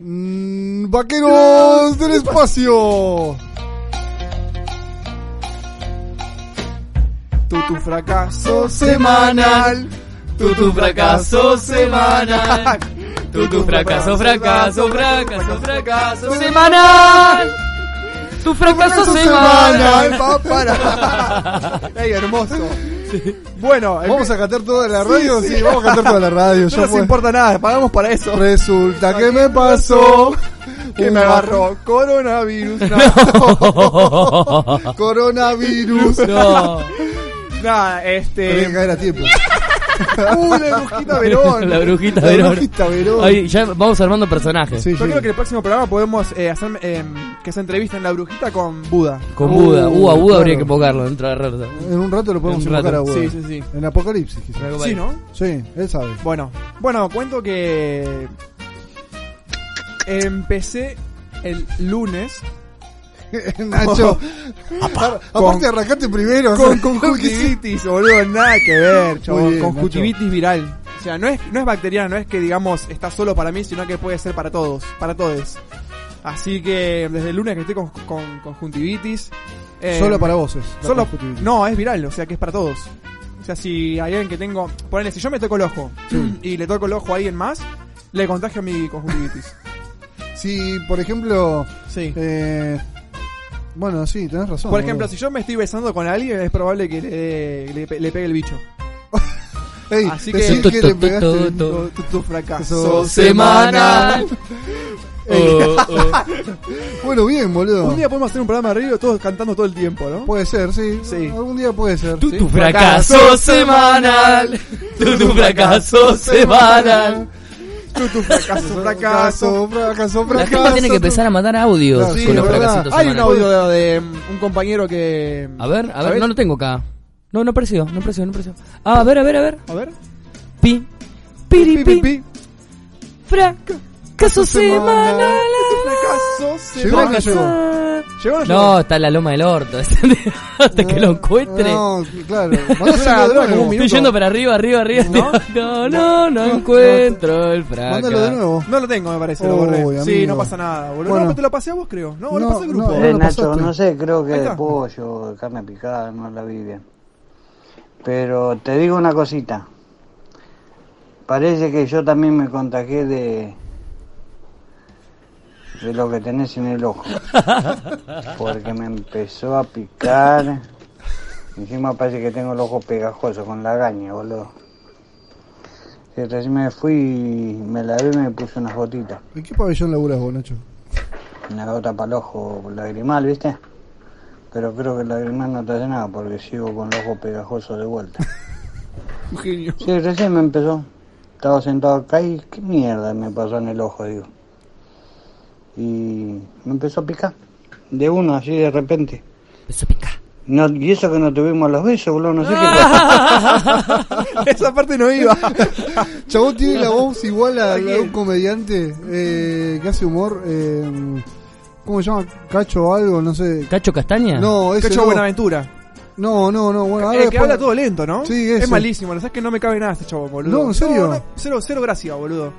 [SPEAKER 2] Mm, vaqueros del espacio.
[SPEAKER 1] Tu, tu fracaso
[SPEAKER 2] semanal.
[SPEAKER 3] Tu tu fracaso semanal. Tu tu fracaso, fracaso, fracaso, fracaso semanal. Tu fracaso semanal.
[SPEAKER 2] semanal. eh, pa, para.
[SPEAKER 1] ¡Ey, hermoso! Bueno, en
[SPEAKER 2] ¿Vamos
[SPEAKER 1] fin,
[SPEAKER 2] a cantar toda la radio? Sí, vamos a cantar toda la radio.
[SPEAKER 1] no
[SPEAKER 2] ya
[SPEAKER 1] nos
[SPEAKER 2] fue.
[SPEAKER 1] importa nada, pagamos para eso.
[SPEAKER 2] Resulta que me pasó
[SPEAKER 1] Que me agarró coronavirus. No,
[SPEAKER 2] coronavirus.
[SPEAKER 3] No.
[SPEAKER 1] Nada, este.
[SPEAKER 2] Tenía que caer a tiempo.
[SPEAKER 1] ¡Uh, la brujita Verón!
[SPEAKER 3] La brujita
[SPEAKER 2] La
[SPEAKER 3] Verón.
[SPEAKER 2] brujita Verón.
[SPEAKER 3] Ay, ya vamos armando personajes.
[SPEAKER 2] Sí,
[SPEAKER 1] Yo
[SPEAKER 2] sí.
[SPEAKER 1] creo que el próximo programa podemos eh, hacer eh, que se entrevisten la brujita con Buda.
[SPEAKER 3] Con Buda. Uh, a
[SPEAKER 2] Uh,
[SPEAKER 3] Buda
[SPEAKER 2] claro.
[SPEAKER 3] habría que invocarlo dentro de la red.
[SPEAKER 2] En un rato lo podemos
[SPEAKER 3] En un rato.
[SPEAKER 2] invocar a Buda.
[SPEAKER 1] Sí, sí, sí.
[SPEAKER 2] En Apocalipsis, quizás.
[SPEAKER 1] Sí, ¿no?
[SPEAKER 2] Sí, él sabe.
[SPEAKER 1] Bueno, bueno, cuento que empecé el lunes
[SPEAKER 2] Nacho. Apar- Aparte, arrancaste primero. o sea,
[SPEAKER 1] con conjuntivitis, boludo, nada que ver,
[SPEAKER 2] Muy
[SPEAKER 1] chabón,
[SPEAKER 2] bien,
[SPEAKER 1] conjuntivitis viral. O sea, no es no es bacteriana, no es que digamos está solo para mí, sino que puede ser para todos, para todos. Así que desde el lunes que estoy con, con conjuntivitis eh,
[SPEAKER 2] Solo para voces. la
[SPEAKER 1] Solo,
[SPEAKER 2] conjuntivitis.
[SPEAKER 1] no, es viral, o sea que es para todos. O sea, si hay alguien que tengo. Ponele, si yo me toco el ojo y le toco el ojo a alguien más, le contagio mi conjuntivitis.
[SPEAKER 2] Si, por ejemplo.
[SPEAKER 1] Sí.
[SPEAKER 2] eh, bueno, sí, tenés razón.
[SPEAKER 1] Por ejemplo, si
[SPEAKER 2] boludo.
[SPEAKER 1] yo me estoy besando con alguien, es probable que le, le pe- le pegue el bicho.
[SPEAKER 2] Ey,
[SPEAKER 1] así
[SPEAKER 2] decí
[SPEAKER 3] que-
[SPEAKER 2] que le pegaste.
[SPEAKER 3] Tu-
[SPEAKER 1] Tu, tu- tu fracaso.
[SPEAKER 2] Eso.
[SPEAKER 3] Semanal. Oh, oh.
[SPEAKER 2] Bueno, bien, boludo.
[SPEAKER 1] Un día podemos hacer un programa de radio todos cantando todo el tiempo, ¿no?
[SPEAKER 2] Puede ser, sí.
[SPEAKER 1] Sí.
[SPEAKER 2] Algún día puede ser.
[SPEAKER 3] Tu,
[SPEAKER 2] sí.
[SPEAKER 3] tu fracaso semanal. Tu, tu fracaso semanal.
[SPEAKER 1] Tu, tu fracaso, fracaso.
[SPEAKER 2] fracaso, fracaso.
[SPEAKER 3] La gente tiene que empezar a mandar audios
[SPEAKER 2] Claro, sí,
[SPEAKER 3] con los
[SPEAKER 2] la verdad.
[SPEAKER 3] fracasos
[SPEAKER 1] Hay un
[SPEAKER 3] semanales.
[SPEAKER 1] audio de, de, mm, un compañero que.
[SPEAKER 3] A ver, a ver,
[SPEAKER 1] ¿Sabés?
[SPEAKER 3] no lo tengo acá. No, no apareció, no apareció, no apareció. Ah, a ver, a ver, a ver.
[SPEAKER 1] A ver.
[SPEAKER 3] Pi.
[SPEAKER 1] Pi, pi,
[SPEAKER 3] Piripi.
[SPEAKER 1] pi.
[SPEAKER 3] Fracaso semanal.
[SPEAKER 1] Fracaso, se
[SPEAKER 2] Llegó,
[SPEAKER 1] fracaso.
[SPEAKER 2] llegó.
[SPEAKER 1] Llegó o no llegó?
[SPEAKER 3] No, está en la loma del orto. Hasta que lo encuentre.
[SPEAKER 2] No, claro.
[SPEAKER 1] Claro,
[SPEAKER 2] Mándaselo
[SPEAKER 1] dura como
[SPEAKER 2] de
[SPEAKER 1] un
[SPEAKER 2] nuevo.
[SPEAKER 3] Estoy
[SPEAKER 1] minuto.
[SPEAKER 3] yendo para arriba, arriba, arriba. No, no, no, encuentro el fracaso.
[SPEAKER 2] Mándalo de nuevo.
[SPEAKER 1] No lo tengo, me parece, lo
[SPEAKER 2] Uy,
[SPEAKER 1] borré. Sí,
[SPEAKER 2] amigo.
[SPEAKER 1] no pasa nada, boludo.
[SPEAKER 2] Bueno.
[SPEAKER 1] No, pero te lo pasé a vos, creo. No, lo
[SPEAKER 2] No,
[SPEAKER 1] pasé al grupo.
[SPEAKER 2] no,
[SPEAKER 9] Eh,
[SPEAKER 2] lo
[SPEAKER 9] Nacho,
[SPEAKER 2] pasaste.
[SPEAKER 9] no sé, creo que
[SPEAKER 1] Ahí
[SPEAKER 9] de
[SPEAKER 1] está.
[SPEAKER 9] pollo, de carne picada, no la vi bien. Pero te digo una cosita. Parece que yo también me contagié de de lo que tenés en el ojo. Porque me empezó a picar. Encima parece que tengo el ojo pegajoso con la gaña, boludo. Y recién me fui, me lavé y me puse unas gotitas.
[SPEAKER 2] ¿En qué pabellón laburas vos, Nacho?
[SPEAKER 9] Una gota para el ojo lagrimal, ¿viste? Pero creo que el lagrimal no te hace nada porque sigo con el ojo pegajoso de vuelta.
[SPEAKER 1] Un genio.
[SPEAKER 9] Sí, recién me empezó. Estaba sentado acá y qué mierda me pasó en el ojo, digo. Y me empezó a picar. De uno, así de repente.
[SPEAKER 5] Eso pica.
[SPEAKER 9] No, y eso que no tuvimos los besos, boludo, no sé qué pasó.
[SPEAKER 1] Esa parte Ah, no iba.
[SPEAKER 2] Chabón tiene la voz igual a,
[SPEAKER 1] ¿A
[SPEAKER 2] la de
[SPEAKER 1] quién?
[SPEAKER 2] un comediante eh, que hace humor. Eh, ¿Cómo se llama? ¿Cacho o algo? No sé.
[SPEAKER 3] ¿Cacho Castaña?
[SPEAKER 2] No, ese
[SPEAKER 1] Cacho
[SPEAKER 2] no.
[SPEAKER 1] Buenaventura.
[SPEAKER 2] No, no, no. Bueno, ahora
[SPEAKER 1] El que
[SPEAKER 2] después-
[SPEAKER 1] habla todo lento, ¿no?
[SPEAKER 2] Sí, ese.
[SPEAKER 1] es malísimo. La verdad es que no me cabe nada este chavo, boludo.
[SPEAKER 2] No, ¿en serio?
[SPEAKER 1] cero, cero gracia, boludo.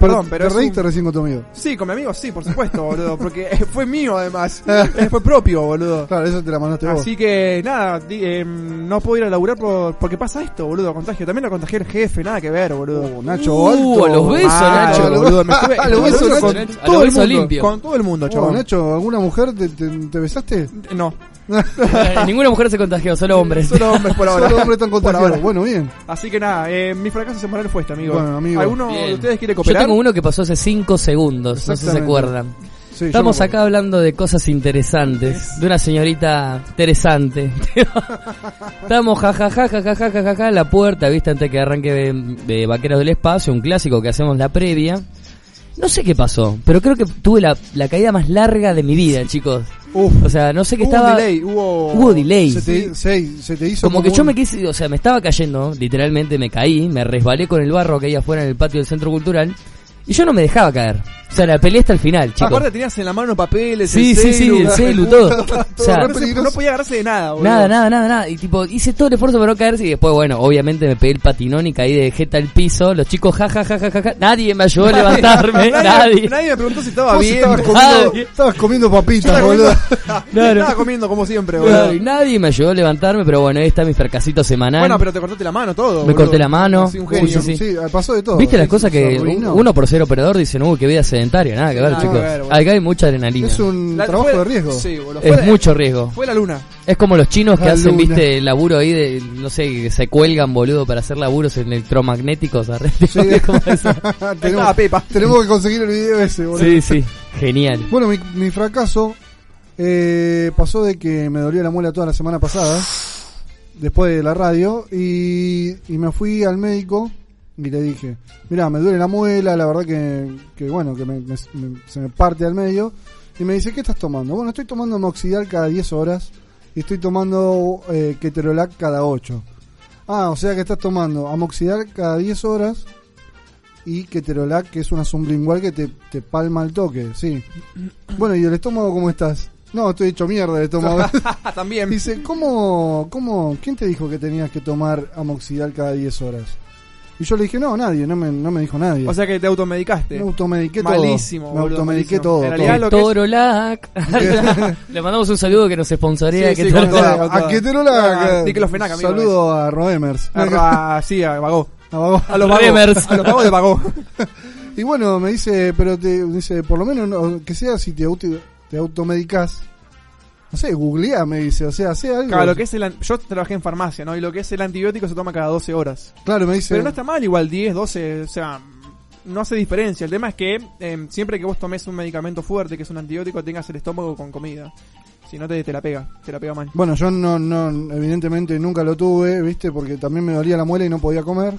[SPEAKER 2] Pero
[SPEAKER 1] Perdón, pero.
[SPEAKER 2] Te
[SPEAKER 1] es
[SPEAKER 2] reíste
[SPEAKER 1] un-
[SPEAKER 2] recién con tu amigo.
[SPEAKER 1] Sí, con mi amigo, sí, por supuesto, boludo. Porque fue mío, además. Eh, fue propio, boludo.
[SPEAKER 2] Claro, eso te la mandaste vos.
[SPEAKER 1] Así que nada, di- em, no puedo ir a laburar por- porque pasa esto, boludo, contagio. También lo contagié el jefe, nada que ver, boludo.
[SPEAKER 2] Uh, Nacho
[SPEAKER 3] Uh,
[SPEAKER 2] Alto.
[SPEAKER 3] a los besos,
[SPEAKER 1] Mal,
[SPEAKER 3] Nacho.
[SPEAKER 1] Ah, boludo, me estuve-
[SPEAKER 2] A los besos,
[SPEAKER 1] boludo, con
[SPEAKER 3] Nacho. A
[SPEAKER 1] todo
[SPEAKER 3] los
[SPEAKER 1] el
[SPEAKER 3] besos
[SPEAKER 1] mundo,
[SPEAKER 3] limpio.
[SPEAKER 1] con todo el mundo,
[SPEAKER 2] Oh,
[SPEAKER 1] chabón.
[SPEAKER 2] Nacho, ¿alguna mujer te, te, te besaste?
[SPEAKER 1] No,
[SPEAKER 3] Eh, Ninguna mujer se contagió, solo hombres.
[SPEAKER 1] solo hombres por ahora.
[SPEAKER 2] Solo hombres tan
[SPEAKER 1] Por ahora.
[SPEAKER 2] contagiados. Bueno, bien.
[SPEAKER 1] Así que nada, eh, mi fracaso semanal fue este, amigo.
[SPEAKER 2] Bueno, amigo.
[SPEAKER 1] ¿Alguno de
[SPEAKER 3] Bien.
[SPEAKER 1] ustedes quiere
[SPEAKER 3] Yo
[SPEAKER 1] cooperar?
[SPEAKER 3] tengo uno que pasó hace 5 segundos, no sé si se
[SPEAKER 2] Exactamente.
[SPEAKER 3] acuerdan.
[SPEAKER 2] Sí, yo
[SPEAKER 3] Estamos
[SPEAKER 2] me acuerdo. ¿Eh?
[SPEAKER 3] acá hablando de cosas interesantes, de una señorita interesante. Estamos jajaja, jajaja, jajaja, a la puerta, viste, antes que arranque de, de Vaqueros del Espacio, un clásico que hacemos la previa. No sé qué pasó, pero creo que tuve la, la caída más larga de mi vida, chicos. o sea, no sé qué
[SPEAKER 2] Hubo un
[SPEAKER 3] estaba.
[SPEAKER 2] delay, hubo-
[SPEAKER 3] hubo delay.
[SPEAKER 2] Se te- se- se te hizo
[SPEAKER 3] como,
[SPEAKER 2] como
[SPEAKER 3] que yo
[SPEAKER 2] un-
[SPEAKER 3] me quise, o sea, me estaba cayendo, literalmente me caí, me resbalé con el barro que hay afuera en el patio del centro cultural y yo no me dejaba caer. O sea, la peleé hasta el final, chicos.
[SPEAKER 1] Ah, Aparte tenías en la mano papeles,
[SPEAKER 3] Sí,
[SPEAKER 1] el
[SPEAKER 3] sí, sí,
[SPEAKER 1] celu,
[SPEAKER 3] el
[SPEAKER 1] la
[SPEAKER 3] celu,
[SPEAKER 1] puta,
[SPEAKER 3] todo. O sea,
[SPEAKER 1] no, se- no podía agarrarse de nada, boludo.
[SPEAKER 3] Nada, nada, nada, nada. Y tipo, hice todo el esfuerzo para no caerse y después, bueno, obviamente me pegué el patinón y caí de jeta al piso. Los chicos, ja, ja, ja, ja, ja, ja. Nadie me ayudó a levantarme, nadie.
[SPEAKER 1] Nadie me preguntó si estaba
[SPEAKER 2] Vos
[SPEAKER 1] bien.
[SPEAKER 2] estabas comiendo, estabas comiendo papitas, boludo.
[SPEAKER 1] Estaba comiendo como siempre, boludo.
[SPEAKER 3] Claro, y nadie me ayudó a levantarme, pero bueno, ahí está mi fracasito semanal.
[SPEAKER 1] Bueno, pero te cortaste la mano todo.
[SPEAKER 3] Me
[SPEAKER 1] boludo.
[SPEAKER 3] corté la mano.
[SPEAKER 1] Sí, un genio.
[SPEAKER 3] Uy, sí, sí.
[SPEAKER 2] pasó de todo.
[SPEAKER 3] ¿Viste las
[SPEAKER 2] Sí,
[SPEAKER 3] cosas
[SPEAKER 2] se
[SPEAKER 3] que
[SPEAKER 2] arruinó.
[SPEAKER 3] uno por ser operador dicen, uy, qué vida sedentaria? Nada que ver,
[SPEAKER 1] nada que
[SPEAKER 3] chicos.
[SPEAKER 1] ver, boludo.
[SPEAKER 3] Acá hay mucha adrenalina.
[SPEAKER 2] Es un
[SPEAKER 1] La-
[SPEAKER 2] trabajo
[SPEAKER 1] fue-
[SPEAKER 2] de riesgo.
[SPEAKER 1] Sí, boludo.
[SPEAKER 3] Es
[SPEAKER 1] Fue-
[SPEAKER 3] mucho riesgo.
[SPEAKER 1] Fue la luna.
[SPEAKER 3] Es como los chinos que
[SPEAKER 2] La
[SPEAKER 3] hacen,
[SPEAKER 2] Ah, luna.
[SPEAKER 3] viste, el laburo ahí de, no sé, que se cuelgan, boludo, para hacer laburos electromagnéticos. ¿sabes?
[SPEAKER 2] de-
[SPEAKER 3] Como eso.
[SPEAKER 1] Ah, Estaba
[SPEAKER 2] tenemos,
[SPEAKER 1] Pepa.
[SPEAKER 2] tenemos que conseguir el video ese, boludo.
[SPEAKER 3] sí, sí. Genial.
[SPEAKER 2] Bueno, mi, mi fracaso eh, pasó de que me dolió la muela toda la semana pasada, después de la radio, y, y me fui al médico y le dije, mira, me duele la muela, la verdad que, que bueno, que me- me- me- se me parte al medio, y me dice, ¿qué estás tomando? Bueno, estoy tomando moxidal cada 10 horas y estoy tomando eh, ketorolac cada 8. Ah, o sea que estás tomando amoxidal cada 10 horas y keterolac, que es una sublingual que te, te palma el toque, sí. Bueno, ¿y el estómago cómo estás? No, estoy hecho mierda el estómago.
[SPEAKER 1] Ah, también.
[SPEAKER 2] Dice, ¿cómo, cómo, quién te dijo que tenías que tomar amoxidal cada 10 horas? Y yo le dije, no, nadie, no me, no me dijo nadie.
[SPEAKER 1] O sea que te automedicaste.
[SPEAKER 2] me automediqué todo.
[SPEAKER 1] malísimo,
[SPEAKER 2] Me
[SPEAKER 1] boludo,
[SPEAKER 2] automediqué
[SPEAKER 1] malísimo.
[SPEAKER 2] todo.
[SPEAKER 1] En
[SPEAKER 2] todo.
[SPEAKER 1] realidad lo que es-
[SPEAKER 3] Torolac. Le mandamos un saludo que nos sponsorea.
[SPEAKER 1] Sí, sí,
[SPEAKER 3] que
[SPEAKER 1] con
[SPEAKER 3] tal-
[SPEAKER 1] toda-
[SPEAKER 2] Bueno,
[SPEAKER 1] con
[SPEAKER 2] a
[SPEAKER 1] toda.
[SPEAKER 2] Keterolac.
[SPEAKER 1] Ah, diclofenac, amigo,
[SPEAKER 2] Saludo a Roemers.
[SPEAKER 1] Ah, ah, sí, apagó.
[SPEAKER 2] No,
[SPEAKER 1] A los vagos.
[SPEAKER 3] Remers.
[SPEAKER 1] A los vagos de pagó.
[SPEAKER 2] Y bueno, me dice, pero te dice, por lo menos no- que sea si te, auto, te automedicas. No sé, googlea, me dice, o sea, sea algo.
[SPEAKER 1] Claro, lo que es el an- yo trabajé en farmacia, ¿no? Y lo que es el antibiótico se toma cada 12 horas.
[SPEAKER 2] Claro, me dice.
[SPEAKER 1] Pero no está mal igual 10, 12, o sea, no hace diferencia. El tema es que eh, siempre que vos tomes un medicamento fuerte, que es un antibiótico, tengas el estómago con comida. Si no te, te la pega, te la pega mal.
[SPEAKER 2] Bueno, yo no, no, evidentemente nunca lo tuve, viste, porque también me dolía la muela y no podía comer.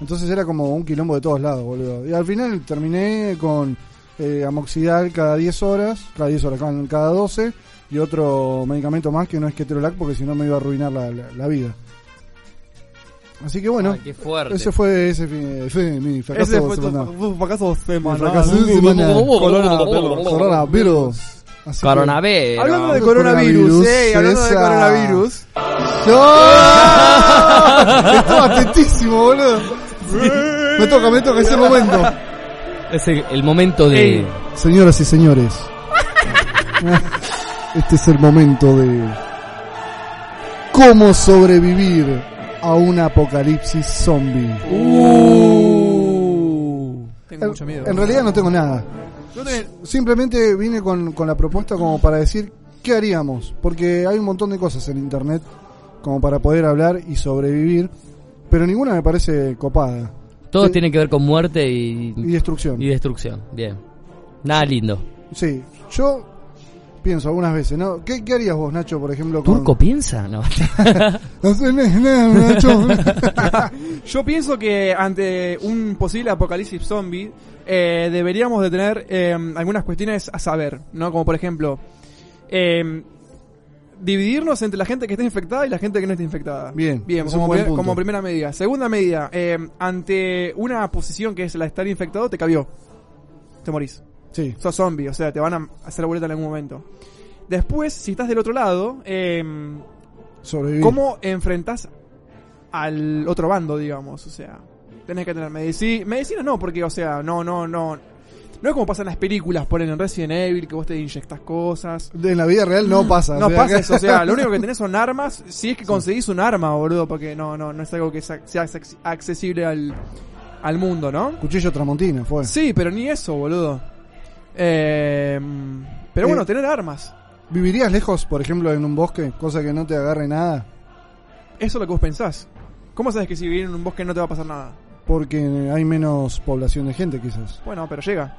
[SPEAKER 2] Entonces era como un quilombo de todos lados, boludo. Y al final terminé con eh, amoxidal cada 10 horas, cada 10 horas, cada- cada 12, y otro medicamento más que no es keterolac, porque si no me iba a arruinar la, la- la vida. Así que bueno.
[SPEAKER 3] Ay, qué fuerte.
[SPEAKER 2] Ese fue, ese fin- fue mi fracaso
[SPEAKER 1] Ese fue tu
[SPEAKER 2] semanal.
[SPEAKER 1] tu fracaso
[SPEAKER 2] Mi
[SPEAKER 1] semanal.
[SPEAKER 2] fracaso semanal. Coronavirus. Así que-
[SPEAKER 3] Coronavirus.
[SPEAKER 1] Hablando de coronavirus,
[SPEAKER 2] Coronavirus,
[SPEAKER 1] eh, hablando de
[SPEAKER 2] esa.
[SPEAKER 1] coronavirus.
[SPEAKER 2] ¡No! Estaba atentísimo, boludo. Me toca, me toca ese momento.
[SPEAKER 3] Es el, el momento de...
[SPEAKER 1] Ey.
[SPEAKER 2] Señoras y señores. Este es el momento de... ¿Cómo sobrevivir a un apocalipsis zombie?
[SPEAKER 1] Tengo mucho miedo.
[SPEAKER 2] En realidad no tengo nada.
[SPEAKER 1] Yo te-
[SPEAKER 2] Simplemente vine con, con la propuesta como para decir qué haríamos, porque hay un montón de cosas en internet como para poder hablar y sobrevivir, pero ninguna me parece copada.
[SPEAKER 3] Todos
[SPEAKER 2] Sí.
[SPEAKER 3] tienen que ver con muerte y,
[SPEAKER 2] Y destrucción.
[SPEAKER 3] y destrucción. Bien. Nada lindo.
[SPEAKER 2] Sí, yo pienso algunas veces, ¿no? ¿Qué, qué harías vos, Nacho, por ejemplo? Con...
[SPEAKER 3] ¿Turco piensa? No.
[SPEAKER 2] No sé, no, no, Nacho.
[SPEAKER 1] Yo pienso que ante un posible apocalipsis zombie eh, deberíamos de tener eh, algunas cuestiones a saber, ¿no? Como por ejemplo, eh, dividirnos entre la gente que está infectada y la gente que no está infectada.
[SPEAKER 2] Bien,
[SPEAKER 1] Bien,
[SPEAKER 2] es
[SPEAKER 1] como,
[SPEAKER 2] un buen
[SPEAKER 1] primer-
[SPEAKER 2] punto.
[SPEAKER 1] como primera medida. Segunda medida, eh, ante una posición que es la de estar infectado, te cabió. Te morís.
[SPEAKER 2] sí,
[SPEAKER 1] Sos zombie, o sea, te van a hacer vuelta en algún momento. Después, si estás del otro lado, eh,
[SPEAKER 2] sobrevivir.
[SPEAKER 1] ¿Cómo enfrentas al otro bando, digamos? O sea, tenés que tener medicina. Medicina no, porque, o sea, no, no, no. No es como pasa en las películas, ponen en Resident Evil, que vos te inyectas cosas. Mm,
[SPEAKER 2] En la vida real no pasa.
[SPEAKER 1] No
[SPEAKER 2] o sea,
[SPEAKER 1] pasa
[SPEAKER 2] que-
[SPEAKER 1] eso, o sea, lo único que tenés son armas, si es que conseguís un arma, boludo, porque no, no, no es algo que sea sea acces- accesible al, al mundo, ¿no?
[SPEAKER 2] Cuchillo Tramontina fue.
[SPEAKER 1] Sí, pero ni eso, boludo. Eh, pero bueno,
[SPEAKER 2] Eh.
[SPEAKER 1] tener armas.
[SPEAKER 2] ¿Vivirías lejos, por ejemplo, en un bosque? Cosa que no te agarre nada.
[SPEAKER 1] Eso es lo que vos pensás. ¿Cómo sabes que si vivir en un bosque no te va a pasar nada?
[SPEAKER 2] Porque hay menos población de gente, quizás.
[SPEAKER 1] Bueno, pero llega.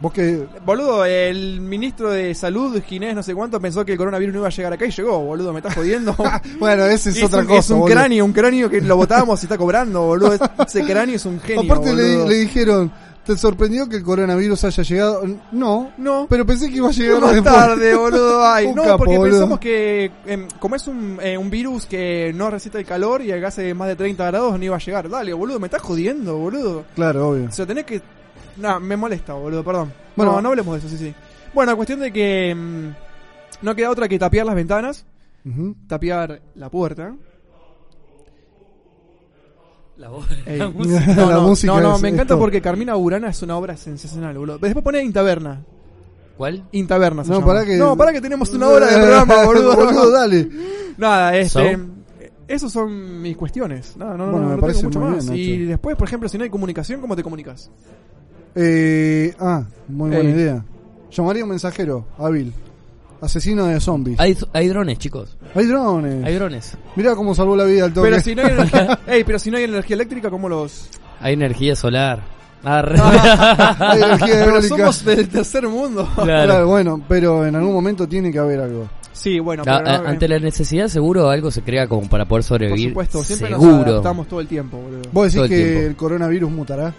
[SPEAKER 2] Bosque
[SPEAKER 1] Boludo, el ministro de salud, Ginés, no sé cuánto, pensó que el coronavirus no iba a llegar acá y llegó, boludo, me estás jodiendo.
[SPEAKER 2] Bueno, ese es, otra
[SPEAKER 1] un,
[SPEAKER 2] cosa.
[SPEAKER 1] un
[SPEAKER 2] boludo.
[SPEAKER 1] cráneo, un cráneo que lo botábamos y está cobrando, boludo. Ese cráneo es un genio.
[SPEAKER 2] Aparte le,
[SPEAKER 1] boludo.
[SPEAKER 2] le dijeron, "Te- ¿Te sorprendió que el coronavirus haya llegado? No,
[SPEAKER 1] No.
[SPEAKER 2] pero pensé que iba a llegar
[SPEAKER 1] más
[SPEAKER 2] después.
[SPEAKER 1] tarde, boludo. Ay,
[SPEAKER 2] Un
[SPEAKER 1] no,
[SPEAKER 2] capo,
[SPEAKER 1] porque
[SPEAKER 2] boludo.
[SPEAKER 1] pensamos que em, como es un, eh, un virus que no resiste el calor y acá hace más de 30 grados no iba a llegar. Dale, boludo, me estás jodiendo, boludo.
[SPEAKER 2] Claro, obvio.
[SPEAKER 1] O sea, tenés que... Nah, me molesta, boludo, perdón.
[SPEAKER 2] Bueno.
[SPEAKER 1] no, no hablemos de eso, sí, sí. Bueno, cuestión de que em, no queda otra que tapiar las ventanas,
[SPEAKER 2] Ujú.
[SPEAKER 1] tapiar la puerta.
[SPEAKER 3] La voz.
[SPEAKER 1] Ey.
[SPEAKER 3] la
[SPEAKER 1] No,
[SPEAKER 3] música.
[SPEAKER 2] La
[SPEAKER 1] no,
[SPEAKER 2] música
[SPEAKER 1] no, no,
[SPEAKER 2] es-
[SPEAKER 1] me
[SPEAKER 2] es
[SPEAKER 1] encanta
[SPEAKER 2] todo.
[SPEAKER 1] porque Carmina Burana es una obra sensacional, boludo. Después pone Intaverna.
[SPEAKER 3] ¿Cuál?
[SPEAKER 1] Intaverna se
[SPEAKER 2] No,
[SPEAKER 1] llama.
[SPEAKER 2] pará que... Eh,
[SPEAKER 1] No, pará que tenemos una hora de programa, boludo.
[SPEAKER 2] Boludo, dale.
[SPEAKER 1] Nada, este.
[SPEAKER 3] So?
[SPEAKER 1] Esos son mis cuestiones. No, no, no,
[SPEAKER 2] Bueno,
[SPEAKER 1] no
[SPEAKER 2] me
[SPEAKER 1] tengo
[SPEAKER 2] parece
[SPEAKER 1] mucho
[SPEAKER 2] muy
[SPEAKER 1] más.
[SPEAKER 2] bien,
[SPEAKER 1] y
[SPEAKER 2] Nacho.
[SPEAKER 1] después, por ejemplo, si no hay comunicación, ¿cómo te comunicas?
[SPEAKER 2] Eh, ah, muy buena
[SPEAKER 1] Ey.
[SPEAKER 2] idea. Llamaría a un mensajero, hábil. Asesino de zombies.
[SPEAKER 3] Hay, hay drones, chicos.
[SPEAKER 2] Hay drones.
[SPEAKER 3] Hay drones.
[SPEAKER 2] Mirá cómo salvó la vida al toque.
[SPEAKER 1] Pero si no hay energía, Ey, pero si no hay energía eléctrica, ¿cómo los?
[SPEAKER 3] Hay energía solar. Arre.
[SPEAKER 2] Hay energía
[SPEAKER 1] Pero
[SPEAKER 2] eólica.
[SPEAKER 1] somos del tercer mundo.
[SPEAKER 2] Claro.
[SPEAKER 3] Claro.
[SPEAKER 2] bueno, pero en algún momento tiene que haber algo.
[SPEAKER 1] Sí, bueno,
[SPEAKER 3] A-
[SPEAKER 1] pero
[SPEAKER 3] a-
[SPEAKER 1] no,
[SPEAKER 3] ante
[SPEAKER 1] eh,
[SPEAKER 3] la necesidad seguro algo se crea como para poder
[SPEAKER 1] por
[SPEAKER 3] sobrevivir.
[SPEAKER 1] supuesto, siempre nos
[SPEAKER 3] seguro.
[SPEAKER 1] adaptamos todo el tiempo, boludo.
[SPEAKER 2] ¿Vos
[SPEAKER 3] Todo el
[SPEAKER 2] decís que
[SPEAKER 3] tiempo.
[SPEAKER 2] el coronavirus mutará?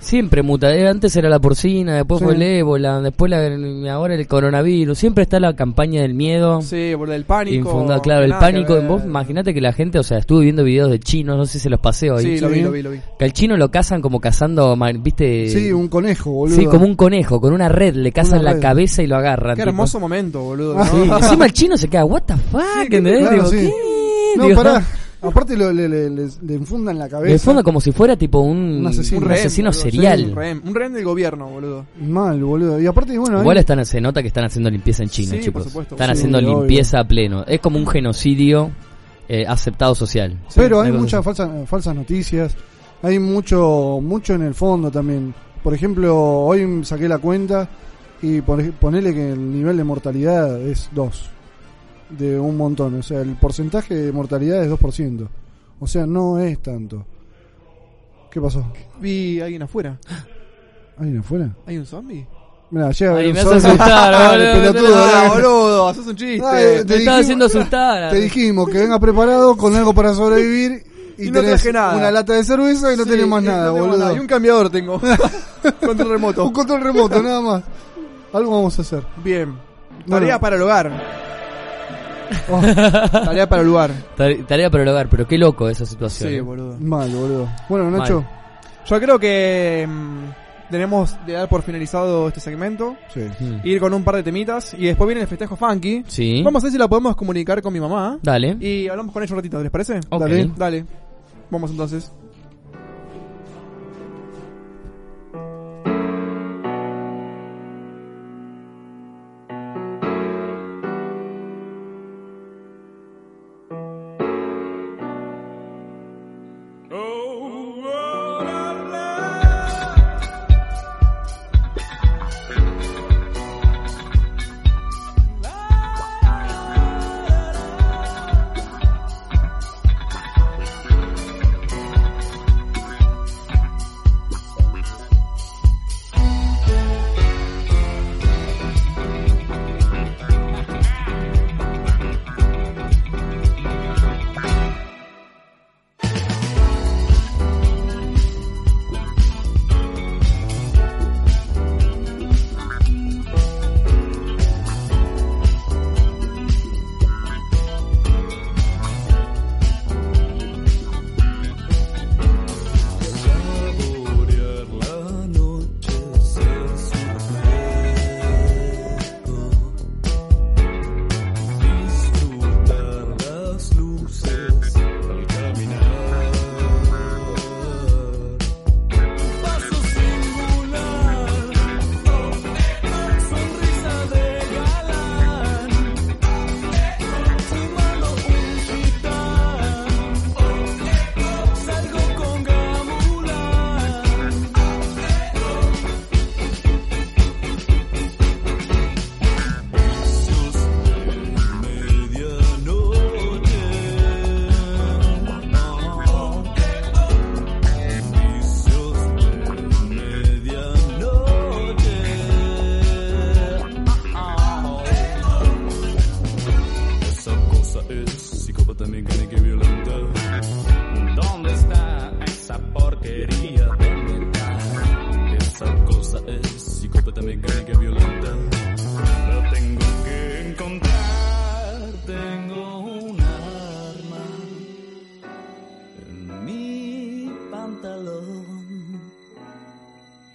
[SPEAKER 3] Siempre muta. Eh, Antes era la porcina, después
[SPEAKER 2] Sí.
[SPEAKER 3] fue el ébola, después la- ahora el coronavirus. Siempre está la campaña del miedo.
[SPEAKER 1] Sí, boludo, el pánico.
[SPEAKER 3] infundada. claro, el
[SPEAKER 1] nada que
[SPEAKER 3] pánico.
[SPEAKER 1] ver.
[SPEAKER 3] Vos imaginate que la gente, o sea, estuve viendo videos de chinos, no sé si se los pasé hoy.
[SPEAKER 1] Sí, lo vi, lo vi, lo vi.
[SPEAKER 3] Que al chino lo cazan como cazando, ma- viste.
[SPEAKER 2] sí, un conejo, boludo.
[SPEAKER 3] Sí, como un conejo, con una red, le cazan
[SPEAKER 2] Una
[SPEAKER 3] la
[SPEAKER 2] red.
[SPEAKER 3] cabeza y lo agarran.
[SPEAKER 1] Qué
[SPEAKER 3] tipo.
[SPEAKER 1] hermoso momento, boludo.
[SPEAKER 2] Ah,
[SPEAKER 1] ¿no?
[SPEAKER 3] Sí, Encima el chino se queda, what the fuck,
[SPEAKER 1] que-
[SPEAKER 3] ¿entendés?
[SPEAKER 2] claro,
[SPEAKER 3] Digo,
[SPEAKER 2] sí.
[SPEAKER 3] ¿qué?
[SPEAKER 2] No,
[SPEAKER 3] Digo,
[SPEAKER 2] pará. Aparte lo- le, le- le- le infundan la cabeza.
[SPEAKER 3] De fondo como si fuera tipo un,
[SPEAKER 2] Un asesino.
[SPEAKER 3] un
[SPEAKER 2] Un rehén,
[SPEAKER 3] asesino
[SPEAKER 1] boludo, sí, un
[SPEAKER 3] serial.
[SPEAKER 1] rehén, un rehén del gobierno, boludo.
[SPEAKER 2] Mal, boludo. Y aparte, bueno, ahí-
[SPEAKER 3] Igual están, se nota que están haciendo limpieza en China,
[SPEAKER 1] Sí, por
[SPEAKER 3] chicos.
[SPEAKER 1] supuesto,
[SPEAKER 3] están
[SPEAKER 2] sí,
[SPEAKER 3] haciendo
[SPEAKER 2] obvio.
[SPEAKER 3] limpieza a pleno. Es como un genocidio eh, aceptado social.
[SPEAKER 2] pero
[SPEAKER 3] una
[SPEAKER 2] hay
[SPEAKER 3] cosa
[SPEAKER 2] muchas
[SPEAKER 3] así.
[SPEAKER 2] falsas, falsas noticias. Hay mucho mucho en el fondo también. Por ejemplo, hoy saqué la cuenta y pone- ponele que el nivel de mortalidad es 2. De un montón. O sea, el porcentaje de mortalidad es 2%. O sea, no es tanto. ¿Qué pasó?
[SPEAKER 1] Vi a alguien afuera.
[SPEAKER 2] ¿Alguien afuera?
[SPEAKER 1] ¿Hay un zombie?
[SPEAKER 2] Mira, llega a ver
[SPEAKER 3] Ay,
[SPEAKER 2] un
[SPEAKER 3] me hace
[SPEAKER 2] zombie.
[SPEAKER 3] asustar,
[SPEAKER 2] Ah,
[SPEAKER 3] boludo,
[SPEAKER 2] pelotudo,
[SPEAKER 1] Ah,
[SPEAKER 2] eh.
[SPEAKER 1] boludo, haces un chiste.
[SPEAKER 2] Ay, te
[SPEAKER 3] Me estaba
[SPEAKER 2] dijimos-
[SPEAKER 3] haciendo asustar.
[SPEAKER 2] Te dijimos que venga preparado con algo para sobrevivir y,
[SPEAKER 1] Y no
[SPEAKER 2] tenés
[SPEAKER 1] traje nada.
[SPEAKER 2] una lata de cerveza y no
[SPEAKER 1] Sí,
[SPEAKER 2] tenés más
[SPEAKER 1] eh,
[SPEAKER 2] nada,
[SPEAKER 1] no tengo
[SPEAKER 2] boludo.
[SPEAKER 1] nada. Y un cambiador tengo. Control remoto.
[SPEAKER 2] Un control remoto, nada más. Algo vamos a hacer.
[SPEAKER 1] Bien.
[SPEAKER 2] Bueno.
[SPEAKER 1] Tarea para el hogar. Oh, Tarea para el hogar.
[SPEAKER 3] Tare- Tarea para el hogar, pero qué loco esa situación.
[SPEAKER 1] Sí,
[SPEAKER 3] eh.
[SPEAKER 1] boludo.
[SPEAKER 2] Mal, boludo. Bueno, Nacho.
[SPEAKER 3] Mal.
[SPEAKER 1] Yo creo que mm, tenemos de dar por finalizado este segmento.
[SPEAKER 2] Sí.
[SPEAKER 3] Mm.
[SPEAKER 1] Ir con un par de temitas y después viene el festejo funky.
[SPEAKER 3] Sí.
[SPEAKER 1] Vamos a ver si la podemos comunicar con mi mamá.
[SPEAKER 3] Dale.
[SPEAKER 1] Y hablamos con ella un ratito, ¿les parece?
[SPEAKER 3] Ok.
[SPEAKER 2] dale.
[SPEAKER 1] Dale. Vamos entonces.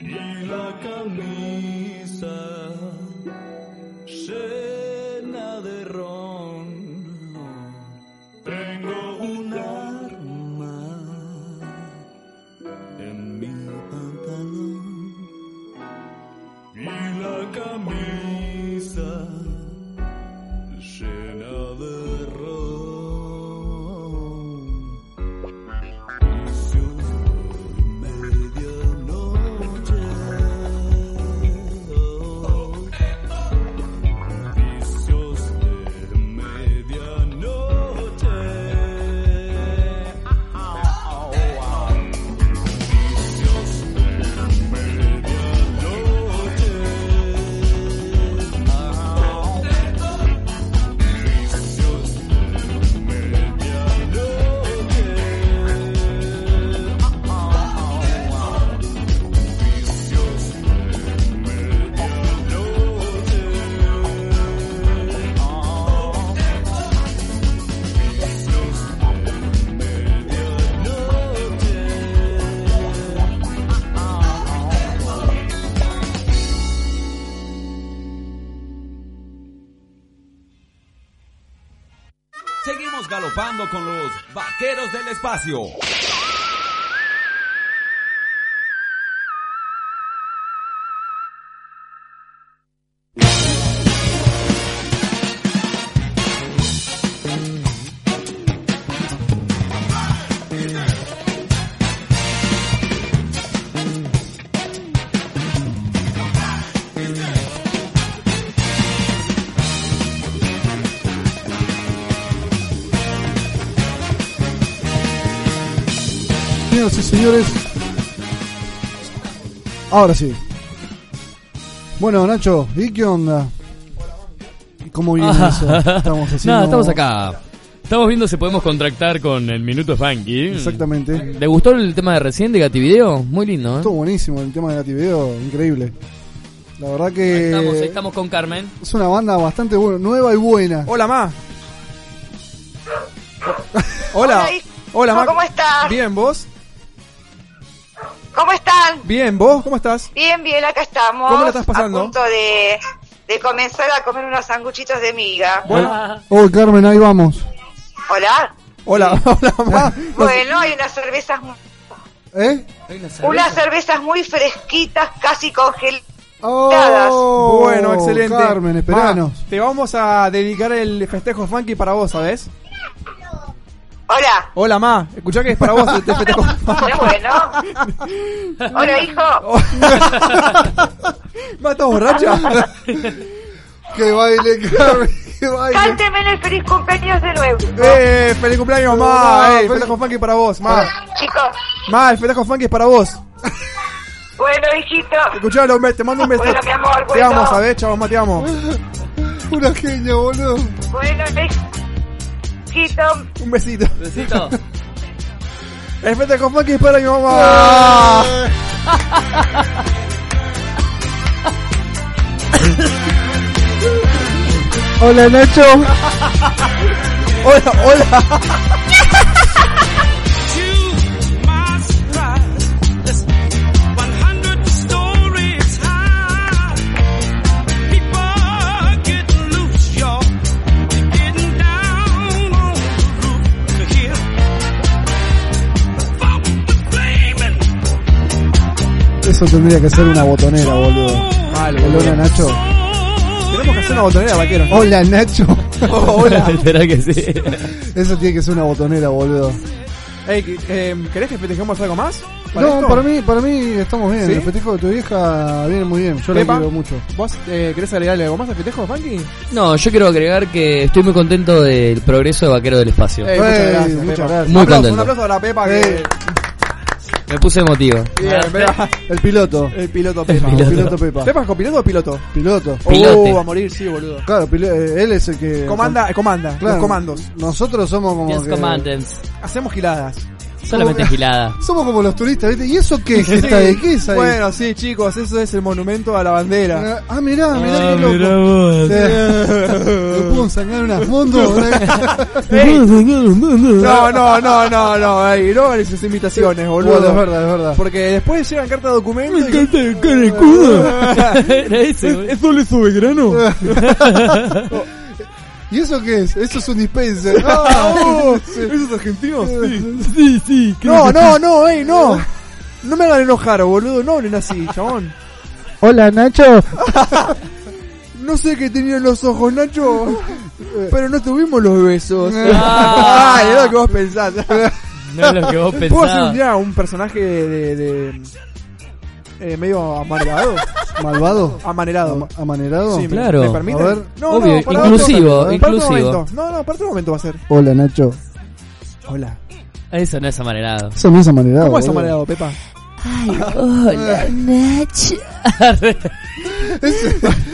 [SPEAKER 10] la camisa llena de ron. Tengo un arma en mi pantalón y la camisa llena de ron. Y su medianoche, vicios de medianoche. Vicios de medianoche. Vicios de medianoche. Vicios de medianoche.
[SPEAKER 4] Seguimos galopando con los vaqueros del espacio.
[SPEAKER 2] Señoras y señores. Ahora sí. Bueno, Nacho, ¿y qué onda? ¿Cómo viene
[SPEAKER 3] Ah.
[SPEAKER 2] eso? Estamos haciendo.
[SPEAKER 3] Nada, estamos acá. Estamos viendo si podemos contractar con el Minuto Funky.
[SPEAKER 2] Exactamente.
[SPEAKER 3] ¿Le gustó el tema de recién de Gativideo? Muy lindo, ¿eh?
[SPEAKER 2] Estuvo buenísimo el tema de Gativideo, increíble. La verdad que.
[SPEAKER 3] Estamos, estamos con Carmen.
[SPEAKER 2] Es una banda bastante bu- nueva y buena.
[SPEAKER 1] Hola, Ma. Hola.
[SPEAKER 11] Hola, hijo.
[SPEAKER 1] Hola, Ma.
[SPEAKER 11] ¿Cómo estás?
[SPEAKER 1] Bien, ¿vos?
[SPEAKER 11] ¿Cómo están?
[SPEAKER 1] Bien, ¿vos? ¿Cómo estás?
[SPEAKER 11] Bien, bien, acá estamos.
[SPEAKER 1] ¿Cómo la estás pasando?
[SPEAKER 11] A punto de, de comenzar a comer unos sanguchitos de miga.
[SPEAKER 1] Bueno.
[SPEAKER 2] Oh, Carmen, ahí vamos.
[SPEAKER 11] Hola.
[SPEAKER 1] Hola, hola, Ma.
[SPEAKER 11] Bueno, hay unas cervezas, mu-
[SPEAKER 2] ¿Eh?
[SPEAKER 11] unas cervezas muy fresquitas, casi
[SPEAKER 1] Oh,
[SPEAKER 11] congeladas.
[SPEAKER 2] Oh,
[SPEAKER 1] Bueno, excelente.
[SPEAKER 2] Carmen, esperanos.
[SPEAKER 1] Ma, te vamos a dedicar el festejo funky para vos, ¿sabes?
[SPEAKER 11] Hola.
[SPEAKER 1] Hola, Ma. Escuchá que es para vos este festejo.
[SPEAKER 11] Muy bueno. Hola, hijo.
[SPEAKER 1] Ma, ¿estás borracha?
[SPEAKER 2] que baile, Carmen, que baile.
[SPEAKER 11] Cánteme en el feliz cumpleaños de nuevo.
[SPEAKER 1] ¡Eh! ¡Feliz cumpleaños, Ma!
[SPEAKER 2] No,
[SPEAKER 1] eh, el
[SPEAKER 2] feliz-
[SPEAKER 1] festejo funky para vos, Ma.
[SPEAKER 11] Chicos,
[SPEAKER 1] Ma, el festejo funky es para vos.
[SPEAKER 11] bueno, hijito.
[SPEAKER 1] Escuchalo, me- te mando un beso.
[SPEAKER 11] Bueno, mi amor,
[SPEAKER 1] Te amo,
[SPEAKER 11] bueno.
[SPEAKER 1] ¿sabes? Chao, Ma, te amo.
[SPEAKER 2] Una genia, boludo.
[SPEAKER 11] Bueno, hijito.
[SPEAKER 1] Un besito.
[SPEAKER 3] Besito.
[SPEAKER 1] El festejo funky es para mi mamá.
[SPEAKER 2] Ah. Hola, Nacho.
[SPEAKER 1] Hola, hola.
[SPEAKER 2] Eso tendría que ser una botonera, boludo. Hola, Nacho.
[SPEAKER 1] Tenemos que hacer una botonera, vaquero.
[SPEAKER 2] Hola, Nacho.
[SPEAKER 1] Oh, hola.
[SPEAKER 3] Será que sí.
[SPEAKER 2] Eso tiene que ser una botonera, boludo.
[SPEAKER 1] Ey, que- eh, ¿Querés que festejemos algo más?
[SPEAKER 2] no,
[SPEAKER 1] esto?
[SPEAKER 2] para mí, para mí estamos bien.
[SPEAKER 1] ¿Sí?
[SPEAKER 2] El festejo de tu vieja viene muy bien. Yo
[SPEAKER 1] Pepa.
[SPEAKER 2] la quiero mucho.
[SPEAKER 1] ¿Vos eh, querés agregarle algo más al festejo, Funky?
[SPEAKER 3] No, yo quiero agregar que estoy muy contento del progreso de Vaquero del Espacio.
[SPEAKER 1] Ey, muchas
[SPEAKER 2] Ey,
[SPEAKER 1] gracias,
[SPEAKER 2] muchas
[SPEAKER 1] Pepa.
[SPEAKER 2] gracias.
[SPEAKER 1] Un
[SPEAKER 3] Muy
[SPEAKER 1] aplauso,
[SPEAKER 3] contento.
[SPEAKER 1] Un aplauso a la Pepa que...
[SPEAKER 2] Ey.
[SPEAKER 3] Me puse emotivo.
[SPEAKER 1] Bien, Pepa.
[SPEAKER 2] El piloto.
[SPEAKER 1] El piloto Pepa.
[SPEAKER 2] El
[SPEAKER 3] piloto.
[SPEAKER 2] piloto Pepa.
[SPEAKER 1] ¿Pepa es copiloto o piloto?
[SPEAKER 2] Piloto.
[SPEAKER 3] Pilote.
[SPEAKER 1] Uh, va a morir, sí, boludo.
[SPEAKER 2] Claro, pilo- eh, él es el que.
[SPEAKER 1] Comanda, eh, comanda,
[SPEAKER 2] Claro,
[SPEAKER 1] los comandos.
[SPEAKER 2] Nosotros somos como.
[SPEAKER 3] Yes,
[SPEAKER 2] que-
[SPEAKER 3] Commandants.
[SPEAKER 1] Hacemos giladas. Uh,
[SPEAKER 3] Solamente
[SPEAKER 1] Como-
[SPEAKER 3] gilada.
[SPEAKER 2] Somos como los turistas, ¿viste? ¿Y eso qué es? ¿Esta de qué es ahí?
[SPEAKER 1] Bueno, sí, chicos, eso es el monumento a la bandera.
[SPEAKER 2] Ah, mirá, mirá
[SPEAKER 1] Ah,
[SPEAKER 2] qué loco.
[SPEAKER 1] mirá vos.
[SPEAKER 2] Sí. ¿Me Eh, puedo sacar unas mondos?
[SPEAKER 1] No, no, no, no, no, ahí, no hagan esas imitaciones, boludo.
[SPEAKER 2] es verdad, es verdad.
[SPEAKER 1] Porque después llegan cartas de documento. y-
[SPEAKER 2] ¿Eso le sube grano? ¿Y eso qué es? Eso es un dispenser. Ah, oh, sí.
[SPEAKER 1] ¿Esos argentinos?
[SPEAKER 2] Sí, sí.
[SPEAKER 1] No, no, no, ey, no. No me hagan enojar, boludo. No hablen así, chabón.
[SPEAKER 2] Hola, Nacho.
[SPEAKER 1] No sé qué tenían los ojos, Nacho. Pero no tuvimos los besos.
[SPEAKER 2] Ah.
[SPEAKER 1] Ay, es lo que vos pensás.
[SPEAKER 2] No es lo que vos
[SPEAKER 1] ¿Puedo
[SPEAKER 2] pensabas.
[SPEAKER 1] hacer un día un personaje de. de- de- eh, medio amargado?
[SPEAKER 2] ¿Malvado?
[SPEAKER 1] Amanerado.
[SPEAKER 2] ¿Amanerado?
[SPEAKER 1] Sí, ¿me-
[SPEAKER 3] Claro.
[SPEAKER 1] ¿Me permiten?
[SPEAKER 2] A ver.
[SPEAKER 1] no,
[SPEAKER 3] Obvio,
[SPEAKER 1] no, para
[SPEAKER 3] inclusivo,
[SPEAKER 1] otro momento, para otro
[SPEAKER 3] inclusivo.
[SPEAKER 1] momento. No, no, para otro momento va a ser.
[SPEAKER 2] Hola, Nacho.
[SPEAKER 1] Hola.
[SPEAKER 3] Eso no es amanerado.
[SPEAKER 2] Eso no es amanerado.
[SPEAKER 1] ¿Cómo es
[SPEAKER 2] boludo.
[SPEAKER 1] amanerado, Pepa?
[SPEAKER 5] Ay, hola, Nacho.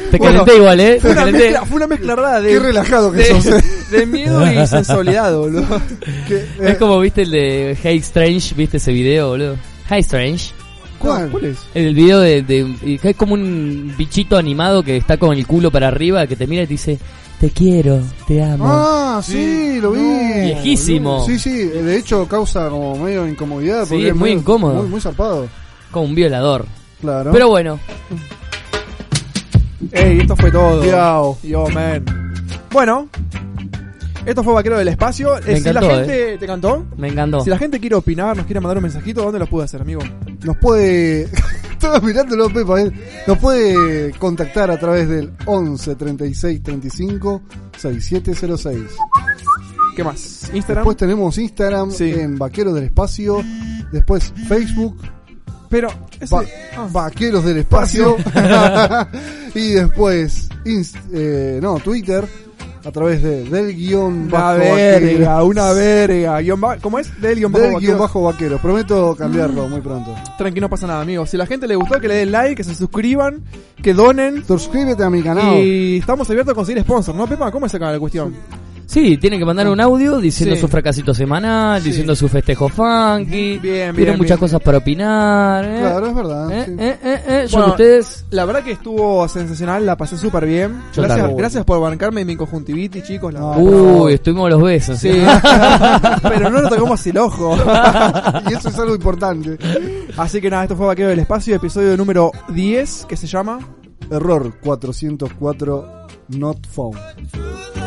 [SPEAKER 3] Te calenté igual, ¿eh?
[SPEAKER 1] Fue
[SPEAKER 3] Te
[SPEAKER 1] una,
[SPEAKER 3] calenté.
[SPEAKER 1] mezcla, fue una mezcla rara de.
[SPEAKER 2] Qué relajado que
[SPEAKER 1] de,
[SPEAKER 2] sos, eh.
[SPEAKER 1] De miedo y sensualidad, boludo. Que, eh,
[SPEAKER 3] Es como viste el de Hey Strange, viste ese video, boludo. Hey Strange.
[SPEAKER 2] ¿Cuál?
[SPEAKER 1] es?
[SPEAKER 3] El video de, de- Es como un bichito animado que está con el culo para arriba, que te mira y te dice, te quiero, te amo.
[SPEAKER 2] Ah, sí, lo vi.
[SPEAKER 3] Viejísimo.
[SPEAKER 2] Sí, sí. De hecho, causa como medio incomodidad.
[SPEAKER 3] Sí,
[SPEAKER 2] porque
[SPEAKER 3] es muy incómodo.
[SPEAKER 2] Muy, muy zarpado.
[SPEAKER 3] Como un violador.
[SPEAKER 2] Claro.
[SPEAKER 3] Pero bueno,
[SPEAKER 1] Ey, esto fue todo.
[SPEAKER 2] Yao.
[SPEAKER 1] Yo, man. Bueno, esto fue Vaquero del Espacio. Eh,
[SPEAKER 3] Me
[SPEAKER 1] si
[SPEAKER 3] encantó,
[SPEAKER 1] la gente te cantó,
[SPEAKER 3] me encantó.
[SPEAKER 1] si la gente quiere opinar, nos quiere mandar un mensajito, ¿dónde lo puede hacer, amigo?
[SPEAKER 2] nos puede. Estaba mirándolo, Pepa. eh. Nos puede contactar a través del 11 36 35 6706.
[SPEAKER 1] ¿Qué más? Instagram.
[SPEAKER 2] Después tenemos Instagram
[SPEAKER 1] Sí.
[SPEAKER 2] en Vaqueros del Espacio. Después Facebook,
[SPEAKER 1] Pero, ese-
[SPEAKER 2] Va-
[SPEAKER 1] ah,
[SPEAKER 2] Vaqueros del Espacio. y después Inst- eh, no, Twitter a través de del guión
[SPEAKER 1] una
[SPEAKER 2] bajo
[SPEAKER 1] verga,
[SPEAKER 2] vaquero.
[SPEAKER 1] una verga. Guión ba- ¿Cómo es? Del guión bajo
[SPEAKER 2] Del
[SPEAKER 1] vaquero.
[SPEAKER 2] guión bajo vaquero. Prometo cambiarlo muy pronto.
[SPEAKER 1] Tranqui, no pasa nada, amigo. Si la gente le gustó, que le den like, que se suscriban, que donen.
[SPEAKER 2] Suscríbete a mi canal.
[SPEAKER 1] Y estamos abiertos a conseguir sponsors, ¿no, Pepa? ¿Cómo es acá la cuestión?
[SPEAKER 3] Sí, tienen que mandar un audio diciendo
[SPEAKER 1] Sí.
[SPEAKER 3] su fracasito semanal,
[SPEAKER 1] Sí.
[SPEAKER 3] diciendo su festejo funky.
[SPEAKER 1] Bien, bien,
[SPEAKER 3] Tienen muchas
[SPEAKER 1] bien.
[SPEAKER 3] cosas para opinar. ¿eh?
[SPEAKER 2] Claro, es verdad.
[SPEAKER 3] Eh,
[SPEAKER 2] sí.
[SPEAKER 3] eh, eh, eh. Yo
[SPEAKER 1] Bueno,
[SPEAKER 3] ustedes.
[SPEAKER 1] La verdad que estuvo sensacional, la pasé súper bien.
[SPEAKER 3] Yo
[SPEAKER 1] Gracias,
[SPEAKER 3] también.
[SPEAKER 1] gracias por bancarme mi conjuntivitis, chicos. La verdad.
[SPEAKER 3] Uy, estuvimos los besos. ¿eh?
[SPEAKER 1] Sí, pero no nos tocamos el ojo.
[SPEAKER 2] Y eso es algo importante.
[SPEAKER 1] Así que nada, esto fue Vaquero del Espacio, episodio número 10, que se llama...
[SPEAKER 2] Error 404 not found.
[SPEAKER 10] Truth
[SPEAKER 8] Oh,